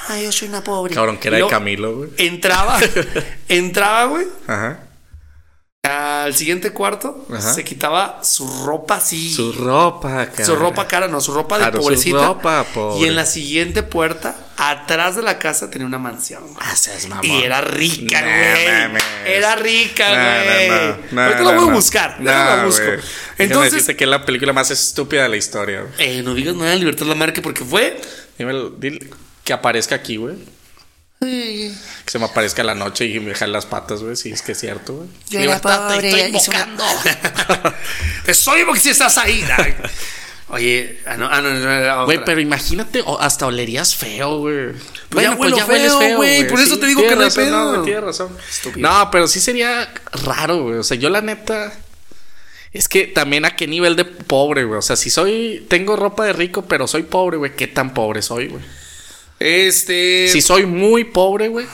[SPEAKER 6] ay, yo soy una pobre.
[SPEAKER 2] Cabrón, que era
[SPEAKER 4] Lo-
[SPEAKER 2] de Camilo, güey. <laughs>
[SPEAKER 4] Entraba, entraba, güey.
[SPEAKER 2] Ajá.
[SPEAKER 4] Al siguiente cuarto
[SPEAKER 2] Ajá.
[SPEAKER 4] se quitaba su ropa así.
[SPEAKER 2] Su
[SPEAKER 4] Su,
[SPEAKER 2] ropa, cara.
[SPEAKER 4] ropa cara, no, su ropa de
[SPEAKER 2] Claro, su
[SPEAKER 4] pobrecita.
[SPEAKER 2] ropa pobre.
[SPEAKER 4] Y en la siguiente puerta, atrás de la casa, tenía una mansión. güey.
[SPEAKER 2] Ah, seas mamón.
[SPEAKER 4] Y era rica,
[SPEAKER 2] No
[SPEAKER 4] güey.
[SPEAKER 2] mames.
[SPEAKER 4] era rica,
[SPEAKER 2] No,
[SPEAKER 4] güey.
[SPEAKER 2] no, no.
[SPEAKER 4] Ahorita
[SPEAKER 2] No,
[SPEAKER 4] la voy
[SPEAKER 2] no.
[SPEAKER 4] a buscar.
[SPEAKER 2] No,
[SPEAKER 4] ahorita la busco.
[SPEAKER 2] güey. Déjame
[SPEAKER 4] Entonces,
[SPEAKER 2] decirte que es la película más estúpida de la historia, güey.
[SPEAKER 4] eh, no digas nada de Libertad Lamarque porque fue.
[SPEAKER 2] Dime, el- dile que aparezca aquí, güey.
[SPEAKER 6] Ay,
[SPEAKER 2] Que se me aparezca la noche y me dejan las patas, güey. Si es que es cierto, güey.
[SPEAKER 6] Yo era pobre. y soy una-
[SPEAKER 4] Te soy porque si estás ahí. ay. Oye, ah, no, ah, no, no, era otra.
[SPEAKER 2] Güey, pero imagínate, o- hasta olerías feo, güey. Bueno,
[SPEAKER 4] Pues
[SPEAKER 2] pues
[SPEAKER 4] huelo feo, güey, pues, por eso te digo que
[SPEAKER 2] tienes
[SPEAKER 4] no hay
[SPEAKER 2] razón,
[SPEAKER 4] pedo.
[SPEAKER 2] güey, tienes razón. No, pero sí sería raro, güey. O sea, yo la neta. Es que también a qué nivel de pobre, güey. O sea, si soy. Tengo ropa de rico, pero soy pobre, güey. ¿Qué tan pobre soy, güey?
[SPEAKER 4] Este.
[SPEAKER 2] Si soy muy pobre, güey.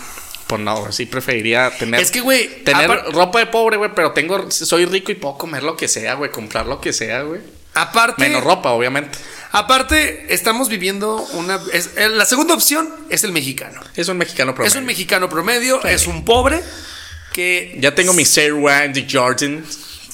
[SPEAKER 2] Pues no, güey. Sí preferiría tener.
[SPEAKER 4] Es que, güey,
[SPEAKER 2] Tener
[SPEAKER 4] apar-
[SPEAKER 2] ropa de pobre, güey. Pero tengo. Soy rico y puedo comer lo que sea, güey. Comprar lo que sea, güey.
[SPEAKER 4] aparte.
[SPEAKER 2] Menos ropa, obviamente.
[SPEAKER 4] Aparte, estamos viviendo una. es- eh, la segunda opción es el mexicano.
[SPEAKER 2] Es un mexicano promedio.
[SPEAKER 4] Es un mexicano promedio, es un pobre que.
[SPEAKER 2] Ya tengo mis Air One de Jordan.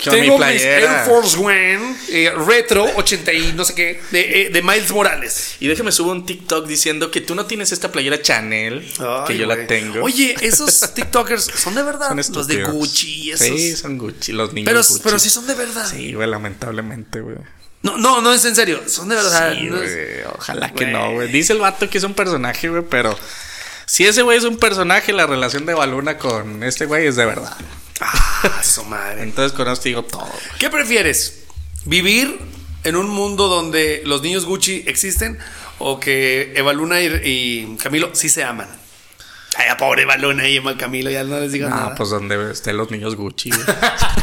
[SPEAKER 2] Con
[SPEAKER 4] Tengo
[SPEAKER 2] mi
[SPEAKER 4] mis Air
[SPEAKER 2] playera.
[SPEAKER 4] Force One eh, Retro 80 y no sé qué de, eh, de Miles Morales.
[SPEAKER 2] y déjame subo un TikTok diciendo que tú no tienes esta playera Chanel. que
[SPEAKER 4] Ay,
[SPEAKER 2] yo
[SPEAKER 4] güey.
[SPEAKER 2] la tengo.
[SPEAKER 4] Oye, esos TikTokers son de verdad.
[SPEAKER 2] Son
[SPEAKER 4] los de
[SPEAKER 2] estúpidos.
[SPEAKER 4] Gucci, esos.
[SPEAKER 2] Sí, son Gucci. Los niños
[SPEAKER 4] pero,
[SPEAKER 2] Gucci.
[SPEAKER 4] pero sí son de verdad.
[SPEAKER 2] Sí, güey, lamentablemente, güey.
[SPEAKER 4] No, no, no es en serio. Son de verdad.
[SPEAKER 2] Sí,
[SPEAKER 4] no es- <laughs>
[SPEAKER 2] güey, Ojalá que no, güey. Dice el vato que es un personaje, güey, pero. Si ese güey es un personaje, la relación de Baluna con este güey es de verdad.
[SPEAKER 4] Ah, su madre.
[SPEAKER 2] Entonces con esto digo todo. güey.
[SPEAKER 4] ¿Qué prefieres? ¿Vivir en un mundo donde los niños Gucci existen o que Eva Luna y, y Camilo sí se aman? Ay, a pobre balón ahí, Emma Camilo, ya no les digas
[SPEAKER 2] Ah,
[SPEAKER 4] nada.
[SPEAKER 2] pues donde estén los niños Gucci, güey. <laughs>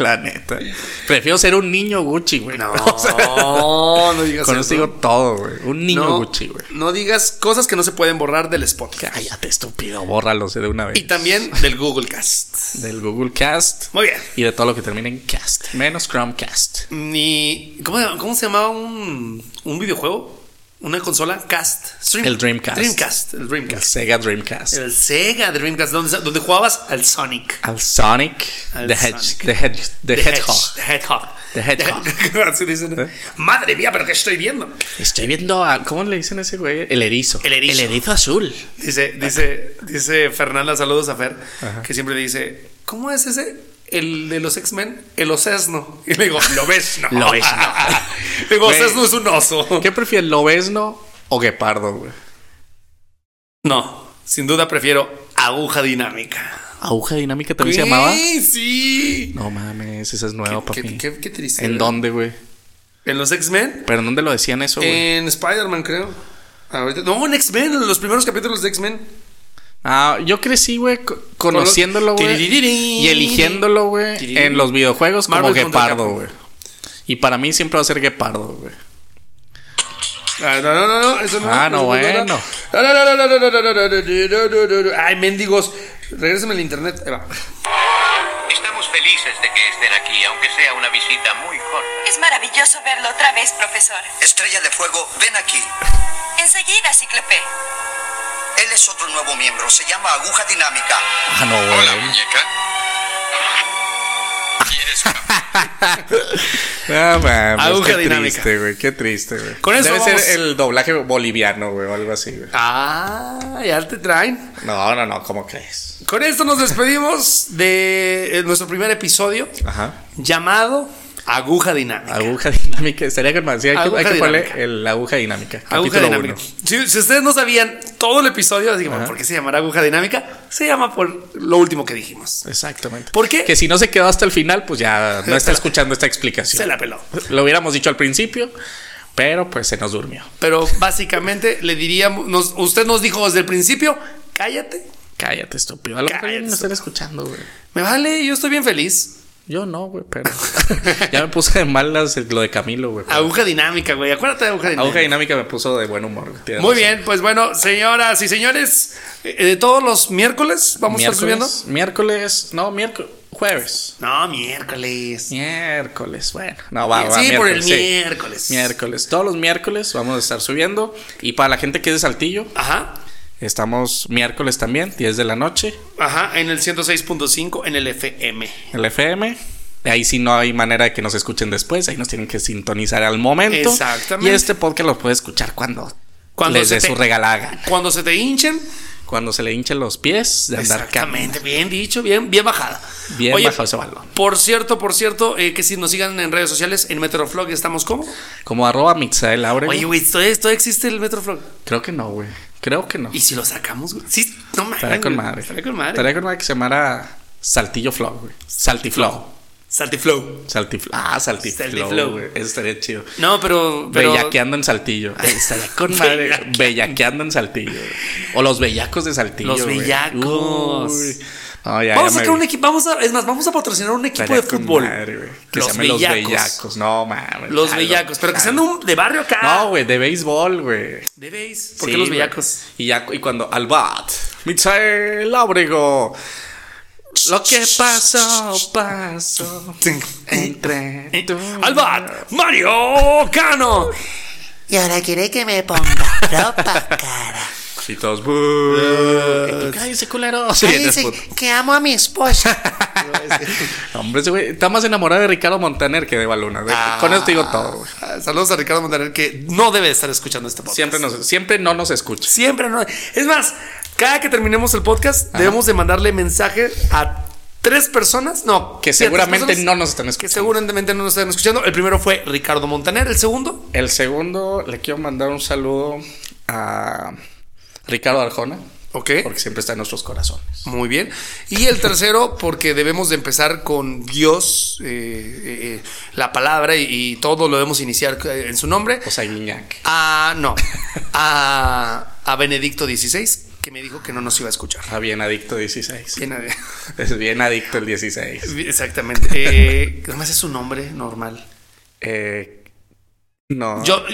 [SPEAKER 2] La neta. Prefiero ser un niño Gucci, güey. <laughs>
[SPEAKER 4] No,
[SPEAKER 2] O sea,
[SPEAKER 4] no digas
[SPEAKER 2] con
[SPEAKER 4] eso.
[SPEAKER 2] eso digo todo, güey. Un niño
[SPEAKER 4] no,
[SPEAKER 2] Gucci, güey.
[SPEAKER 4] no digas cosas que no se pueden borrar del podcast.
[SPEAKER 2] Cállate, estúpido. Bórralo sí, de una vez.
[SPEAKER 4] Y también del Google Cast.
[SPEAKER 2] Del Google Cast.
[SPEAKER 4] Muy bien.
[SPEAKER 2] Y de todo lo que termine en Cast. Menos Chromecast.
[SPEAKER 4] Ni, ¿cómo, cómo se llamaba un, un videojuego? ¿Una consola? Cast. Stream-
[SPEAKER 2] El Dreamcast.
[SPEAKER 4] Dreamcast. El
[SPEAKER 2] El
[SPEAKER 4] Dreamcast.
[SPEAKER 2] Sega Dreamcast.
[SPEAKER 4] El Sega Dreamcast, donde, donde jugabas al Sonic.
[SPEAKER 2] Al Sonic.
[SPEAKER 4] Al
[SPEAKER 2] the, Hedge-
[SPEAKER 4] Sonic.
[SPEAKER 2] the Hedge- the
[SPEAKER 4] The
[SPEAKER 2] Hedgehog.
[SPEAKER 4] Hedge- The Hedgehog.
[SPEAKER 2] The Hedgehog.
[SPEAKER 4] <laughs>
[SPEAKER 2] ¿Eh?
[SPEAKER 4] Así dicen. Madre mía, pero ¿qué estoy viendo?
[SPEAKER 2] Estoy viendo a. ¿Cómo le dicen a ese güey? El erizo.
[SPEAKER 4] El erizo.
[SPEAKER 2] azul.
[SPEAKER 4] Dice,
[SPEAKER 2] <laughs>
[SPEAKER 4] dice, dice Fernanda, saludos a Fer, que siempre le dice, ¿cómo es ese? El de los X-Men, el osesno. Y le digo, lo ves, no.
[SPEAKER 2] Lo ves, no.
[SPEAKER 4] Le <laughs> digo,
[SPEAKER 2] Güey.
[SPEAKER 4] osesno es un
[SPEAKER 2] <laughs>
[SPEAKER 4] oso. <laughs>
[SPEAKER 2] ¿Qué prefieres, lobesno o guepardo, güey?
[SPEAKER 4] No, sin duda prefiero aguja dinámica.
[SPEAKER 2] ¿Aguja dinámica también se llamaba?
[SPEAKER 4] Sí, Sí.
[SPEAKER 2] No mames, esa es nueva,
[SPEAKER 4] Qué,
[SPEAKER 2] papi.
[SPEAKER 4] qué- qué triste.
[SPEAKER 2] ¿En dónde, güey?
[SPEAKER 4] ¿En los X-Men?
[SPEAKER 2] ¿Pero en dónde lo decían eso, güey?
[SPEAKER 4] En Spider-Man, creo. Ahorita- No, en X-Men, en los primeros capítulos de X-Men.
[SPEAKER 2] Ah, yo crecí, güey, co- conociéndolo, güey.
[SPEAKER 4] Tiririririn.
[SPEAKER 2] Y eligiéndolo, güey, en los videojuegos como
[SPEAKER 4] Marvel contra
[SPEAKER 2] guepardo,
[SPEAKER 4] Capcom.
[SPEAKER 2] güey. Y para mí siempre va a ser guepardo, güey.
[SPEAKER 4] Ah, no, no, no, no, eso no.
[SPEAKER 2] Ah, no,
[SPEAKER 4] eso
[SPEAKER 2] bueno.
[SPEAKER 4] No, no, no, no, no, no, no, no, no, no, no, no, no. Ay, mendigos. Regrésenme el internet. Ahí va.
[SPEAKER 7] Estamos felices de que estén aquí, aunque sea una visita muy corta.
[SPEAKER 8] Es maravilloso verlo otra vez, profesor.
[SPEAKER 7] Estrella de Fuego, ven aquí.
[SPEAKER 8] Enseguida, Cíclope.
[SPEAKER 7] Él es otro nuevo miembro, se llama Aguja Dinámica.
[SPEAKER 2] Ah, no, güey.
[SPEAKER 7] muñeca. ¿Quieres
[SPEAKER 2] No mames,
[SPEAKER 4] Aguja
[SPEAKER 2] qué
[SPEAKER 4] dinámica.
[SPEAKER 2] triste, güey. Qué triste, güey.
[SPEAKER 4] Con eso
[SPEAKER 2] Debe
[SPEAKER 4] vamos-
[SPEAKER 2] ser el doblaje boliviano, güey, o algo así, güey.
[SPEAKER 4] Ah, ya te traen.
[SPEAKER 2] No, no, no, ¿cómo crees?
[SPEAKER 4] Con esto nos despedimos de eh, nuestro primer episodio
[SPEAKER 2] Ajá.
[SPEAKER 4] llamado Aguja Dinámica.
[SPEAKER 2] Aguja dinámica. Estaría con más. Sí, hay, que,
[SPEAKER 4] Aguja
[SPEAKER 2] hay que
[SPEAKER 4] dinámica.
[SPEAKER 2] ponerle el aguja dinámica.
[SPEAKER 4] Aguja
[SPEAKER 2] capítulo
[SPEAKER 4] Dinámica.
[SPEAKER 2] uno.
[SPEAKER 4] Si, si ustedes no sabían todo el episodio, así como, ¿por qué se llamará Aguja Dinámica? Se llama por lo último que dijimos.
[SPEAKER 2] Exactamente.
[SPEAKER 4] ¿Por qué?
[SPEAKER 2] Que si no se quedó hasta el final, pues ya
[SPEAKER 4] <laughs>
[SPEAKER 2] no está escuchando esta explicación.
[SPEAKER 4] Se la peló.
[SPEAKER 2] Lo hubiéramos dicho al principio, pero pues se nos durmió.
[SPEAKER 4] Pero básicamente le diríamos, nos- usted nos dijo desde el principio, cállate,
[SPEAKER 2] Cállate, estúpido. A lo mejor
[SPEAKER 4] Cállate,
[SPEAKER 2] ya no están escuchando, güey.
[SPEAKER 4] me vale, yo estoy bien feliz.
[SPEAKER 2] Yo no, güey, pero <laughs> ya me puse de malas lo de Camilo, güey. pero-
[SPEAKER 4] Aguja dinámica, güey. Acuérdate de aguja dinámica.
[SPEAKER 2] Aguja dinámica me puso de buen humor. güey. Tienes
[SPEAKER 4] Muy
[SPEAKER 2] razón.
[SPEAKER 4] bien, pues bueno, señoras y señores, eh, eh, todos los miércoles vamos a estar
[SPEAKER 2] Miércoles,
[SPEAKER 4] subiendo.
[SPEAKER 2] miércoles, no, miércoles, jueves.
[SPEAKER 4] No, miércoles.
[SPEAKER 2] Miércoles, bueno, no, va, Ah, va,
[SPEAKER 4] sí, por el
[SPEAKER 2] miércoles, sí.
[SPEAKER 4] miércoles.
[SPEAKER 2] Miércoles, todos los miércoles vamos a estar subiendo. Y para la gente que es de Saltillo,
[SPEAKER 4] Ajá,
[SPEAKER 2] estamos miércoles también, 10 de la noche,
[SPEAKER 4] ajá, en el 106.5 en el FM.
[SPEAKER 2] el FM. Ahí sí no hay manera de que nos escuchen después, ahí nos tienen que sintonizar al momento.
[SPEAKER 4] Exactamente.
[SPEAKER 2] Y este podcast lo puede escuchar cuando,
[SPEAKER 4] Cuando
[SPEAKER 2] les
[SPEAKER 4] se
[SPEAKER 2] dé
[SPEAKER 4] te-
[SPEAKER 2] su regalaga,
[SPEAKER 4] Cuando se te hinchen.
[SPEAKER 2] cuando se le hinchen los pies de andar
[SPEAKER 4] Exactamente, bien dicho, bien, bien bajada.
[SPEAKER 2] Bien bajado ese balón.
[SPEAKER 4] Por cierto, por cierto, eh, que si nos sigan en redes sociales, en Metroflog estamos como.
[SPEAKER 2] cam- Como arroba Mitzael Ábrego.
[SPEAKER 4] Oye, güey, ¿esto, esto existe el Metroflog.
[SPEAKER 2] Creo que no, güey. Creo que no.
[SPEAKER 4] ¿Y si lo sacamos, güey? Sí, no mames.
[SPEAKER 2] Estaría con
[SPEAKER 4] güey,
[SPEAKER 2] madre.
[SPEAKER 4] Estaría con madre.
[SPEAKER 2] Estaría con madre que se llamara Saltillo Flow, güey. Saltiflow.
[SPEAKER 4] Saltiflow.
[SPEAKER 2] Saltiflow. Ah,
[SPEAKER 4] Saltiflow.
[SPEAKER 2] Saltiflow, güey. Eso estaría chido.
[SPEAKER 4] No, pero. pero
[SPEAKER 2] Bellaqueando en Saltillo. Estaría con madre. Bellaqueando en Saltillo. güey. O los bellacos de Saltillo.
[SPEAKER 4] Los
[SPEAKER 2] güey.
[SPEAKER 4] bellacos.
[SPEAKER 2] Uy. No, ya,
[SPEAKER 4] Vamos a
[SPEAKER 2] ya
[SPEAKER 4] sacar un
[SPEAKER 2] me-
[SPEAKER 4] equipo. Vamos a, es más, vamos a patrocinar un equipo
[SPEAKER 2] estaría
[SPEAKER 4] de
[SPEAKER 2] con
[SPEAKER 4] fútbol.
[SPEAKER 2] madre, güey. que
[SPEAKER 4] los
[SPEAKER 2] se llamen
[SPEAKER 4] bellacos.
[SPEAKER 2] Los Bellacos. No, mames.
[SPEAKER 4] Los
[SPEAKER 2] Jalo,
[SPEAKER 4] bellacos. Pero que sean de,
[SPEAKER 2] jalo.
[SPEAKER 4] un, de barrio acá.
[SPEAKER 2] No, güey, de béisbol, güey.
[SPEAKER 4] De base. ¿Por
[SPEAKER 2] Sí,
[SPEAKER 4] qué los
[SPEAKER 2] güey.
[SPEAKER 4] bellacos?
[SPEAKER 2] Y, ya, y cuando al bat, Michael Ábrego. Lo que pasó, pasó. Entre
[SPEAKER 1] Eh,
[SPEAKER 2] tú.
[SPEAKER 4] Albat, Mario Cano.
[SPEAKER 6] Y ahora quiere que me ponga ropa cara.
[SPEAKER 2] Y todos. "Bú".
[SPEAKER 6] Cállese, culero.
[SPEAKER 2] Vienes,
[SPEAKER 6] Cállese,
[SPEAKER 2] puto.
[SPEAKER 6] que amo a mi esposa.
[SPEAKER 2] Hombre, ese güey está más enamorado de Ricardo Montaner que de Baluna. güey. Con eso te digo todo, güey.
[SPEAKER 4] Ah, Saludos a Ricardo Montaner que no debe de estar escuchando este podcast.
[SPEAKER 2] Siempre, nos, siempre no nos escucha.
[SPEAKER 4] Siempre no. Es más, cada que terminemos el podcast, debemos de mandarle mensaje a tres personas. No.
[SPEAKER 2] Que
[SPEAKER 4] sí, a tres
[SPEAKER 2] seguramente
[SPEAKER 4] personas
[SPEAKER 2] no nos están
[SPEAKER 4] Que
[SPEAKER 2] escuchando.
[SPEAKER 4] seguramente no nos están escuchando. El primero fue Ricardo Montaner. El segundo,
[SPEAKER 2] El segundo, le quiero mandar un saludo a Ricardo Arjona.
[SPEAKER 4] ok.
[SPEAKER 2] Porque siempre está en nuestros corazones.
[SPEAKER 4] Muy bien. Y el tercero, porque debemos de empezar con Dios, eh, eh, eh, la palabra y, y todo lo debemos iniciar eh, en su nombre. Ah,
[SPEAKER 2] O sea, Guiñac.
[SPEAKER 4] A, no, a, a Benedicto XVI,
[SPEAKER 1] que me dijo que no nos iba a escuchar.
[SPEAKER 2] Ah, bien adicto 16.
[SPEAKER 1] Bien,
[SPEAKER 4] <laughs>
[SPEAKER 1] ade-
[SPEAKER 2] Es bien adicto el 16.
[SPEAKER 1] Exactamente. Eh, nomás es su nombre normal.
[SPEAKER 2] Eh, no.
[SPEAKER 1] Yo. eh,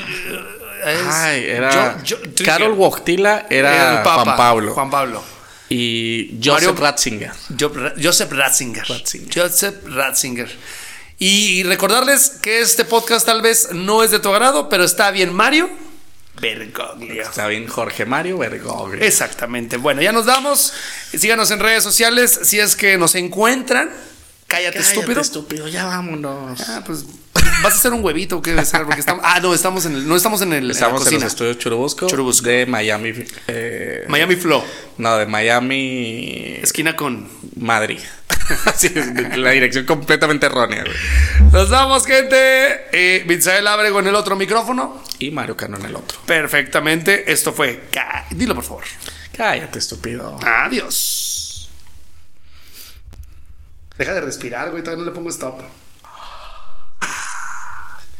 [SPEAKER 1] es-
[SPEAKER 2] Ay, era.
[SPEAKER 1] yo- yo-
[SPEAKER 2] Carol Wojtyla era,
[SPEAKER 1] el Papa,
[SPEAKER 2] Juan Pablo.
[SPEAKER 1] Juan Pablo.
[SPEAKER 2] Y Joseph
[SPEAKER 1] Mario-
[SPEAKER 2] Ratzinger.
[SPEAKER 1] Jo- Joseph Ratzinger.
[SPEAKER 2] Ratzinger.
[SPEAKER 1] Joseph Ratzinger. Y, y recordarles que este podcast tal vez no es de tu agrado, pero está bien Mario Bergoglio.
[SPEAKER 2] Está bien, Jorge Mario Bergoglio.
[SPEAKER 1] Exactamente. Bueno, ya nos damos. Síganos en redes sociales si es que nos encuentran. Cállate, estúpido.
[SPEAKER 2] estúpido, ya vámonos.
[SPEAKER 1] Ah, pues vas a hacer un huevito o qué vas a hacer? porque estamos Ah, no, estamos en el no estamos en el
[SPEAKER 2] Estamos en,
[SPEAKER 1] en la cocina.
[SPEAKER 2] los estudios Churubusco,
[SPEAKER 1] Churubusco.
[SPEAKER 2] de Miami. eh,
[SPEAKER 1] Miami Flow,
[SPEAKER 2] no, de Miami,
[SPEAKER 1] esquina con.
[SPEAKER 2] Madrid. <laughs> Sí, es la dirección completamente errónea. güey.
[SPEAKER 1] Nos damos, gente. Eh, Misael abre con el otro micrófono.
[SPEAKER 2] Y Mario Cano en el otro.
[SPEAKER 1] Perfectamente. Esto fue. Ca- Dilo, por favor.
[SPEAKER 2] Cállate, estúpido.
[SPEAKER 1] Adiós. Deja de respirar, güey. Todavía no le pongo stop.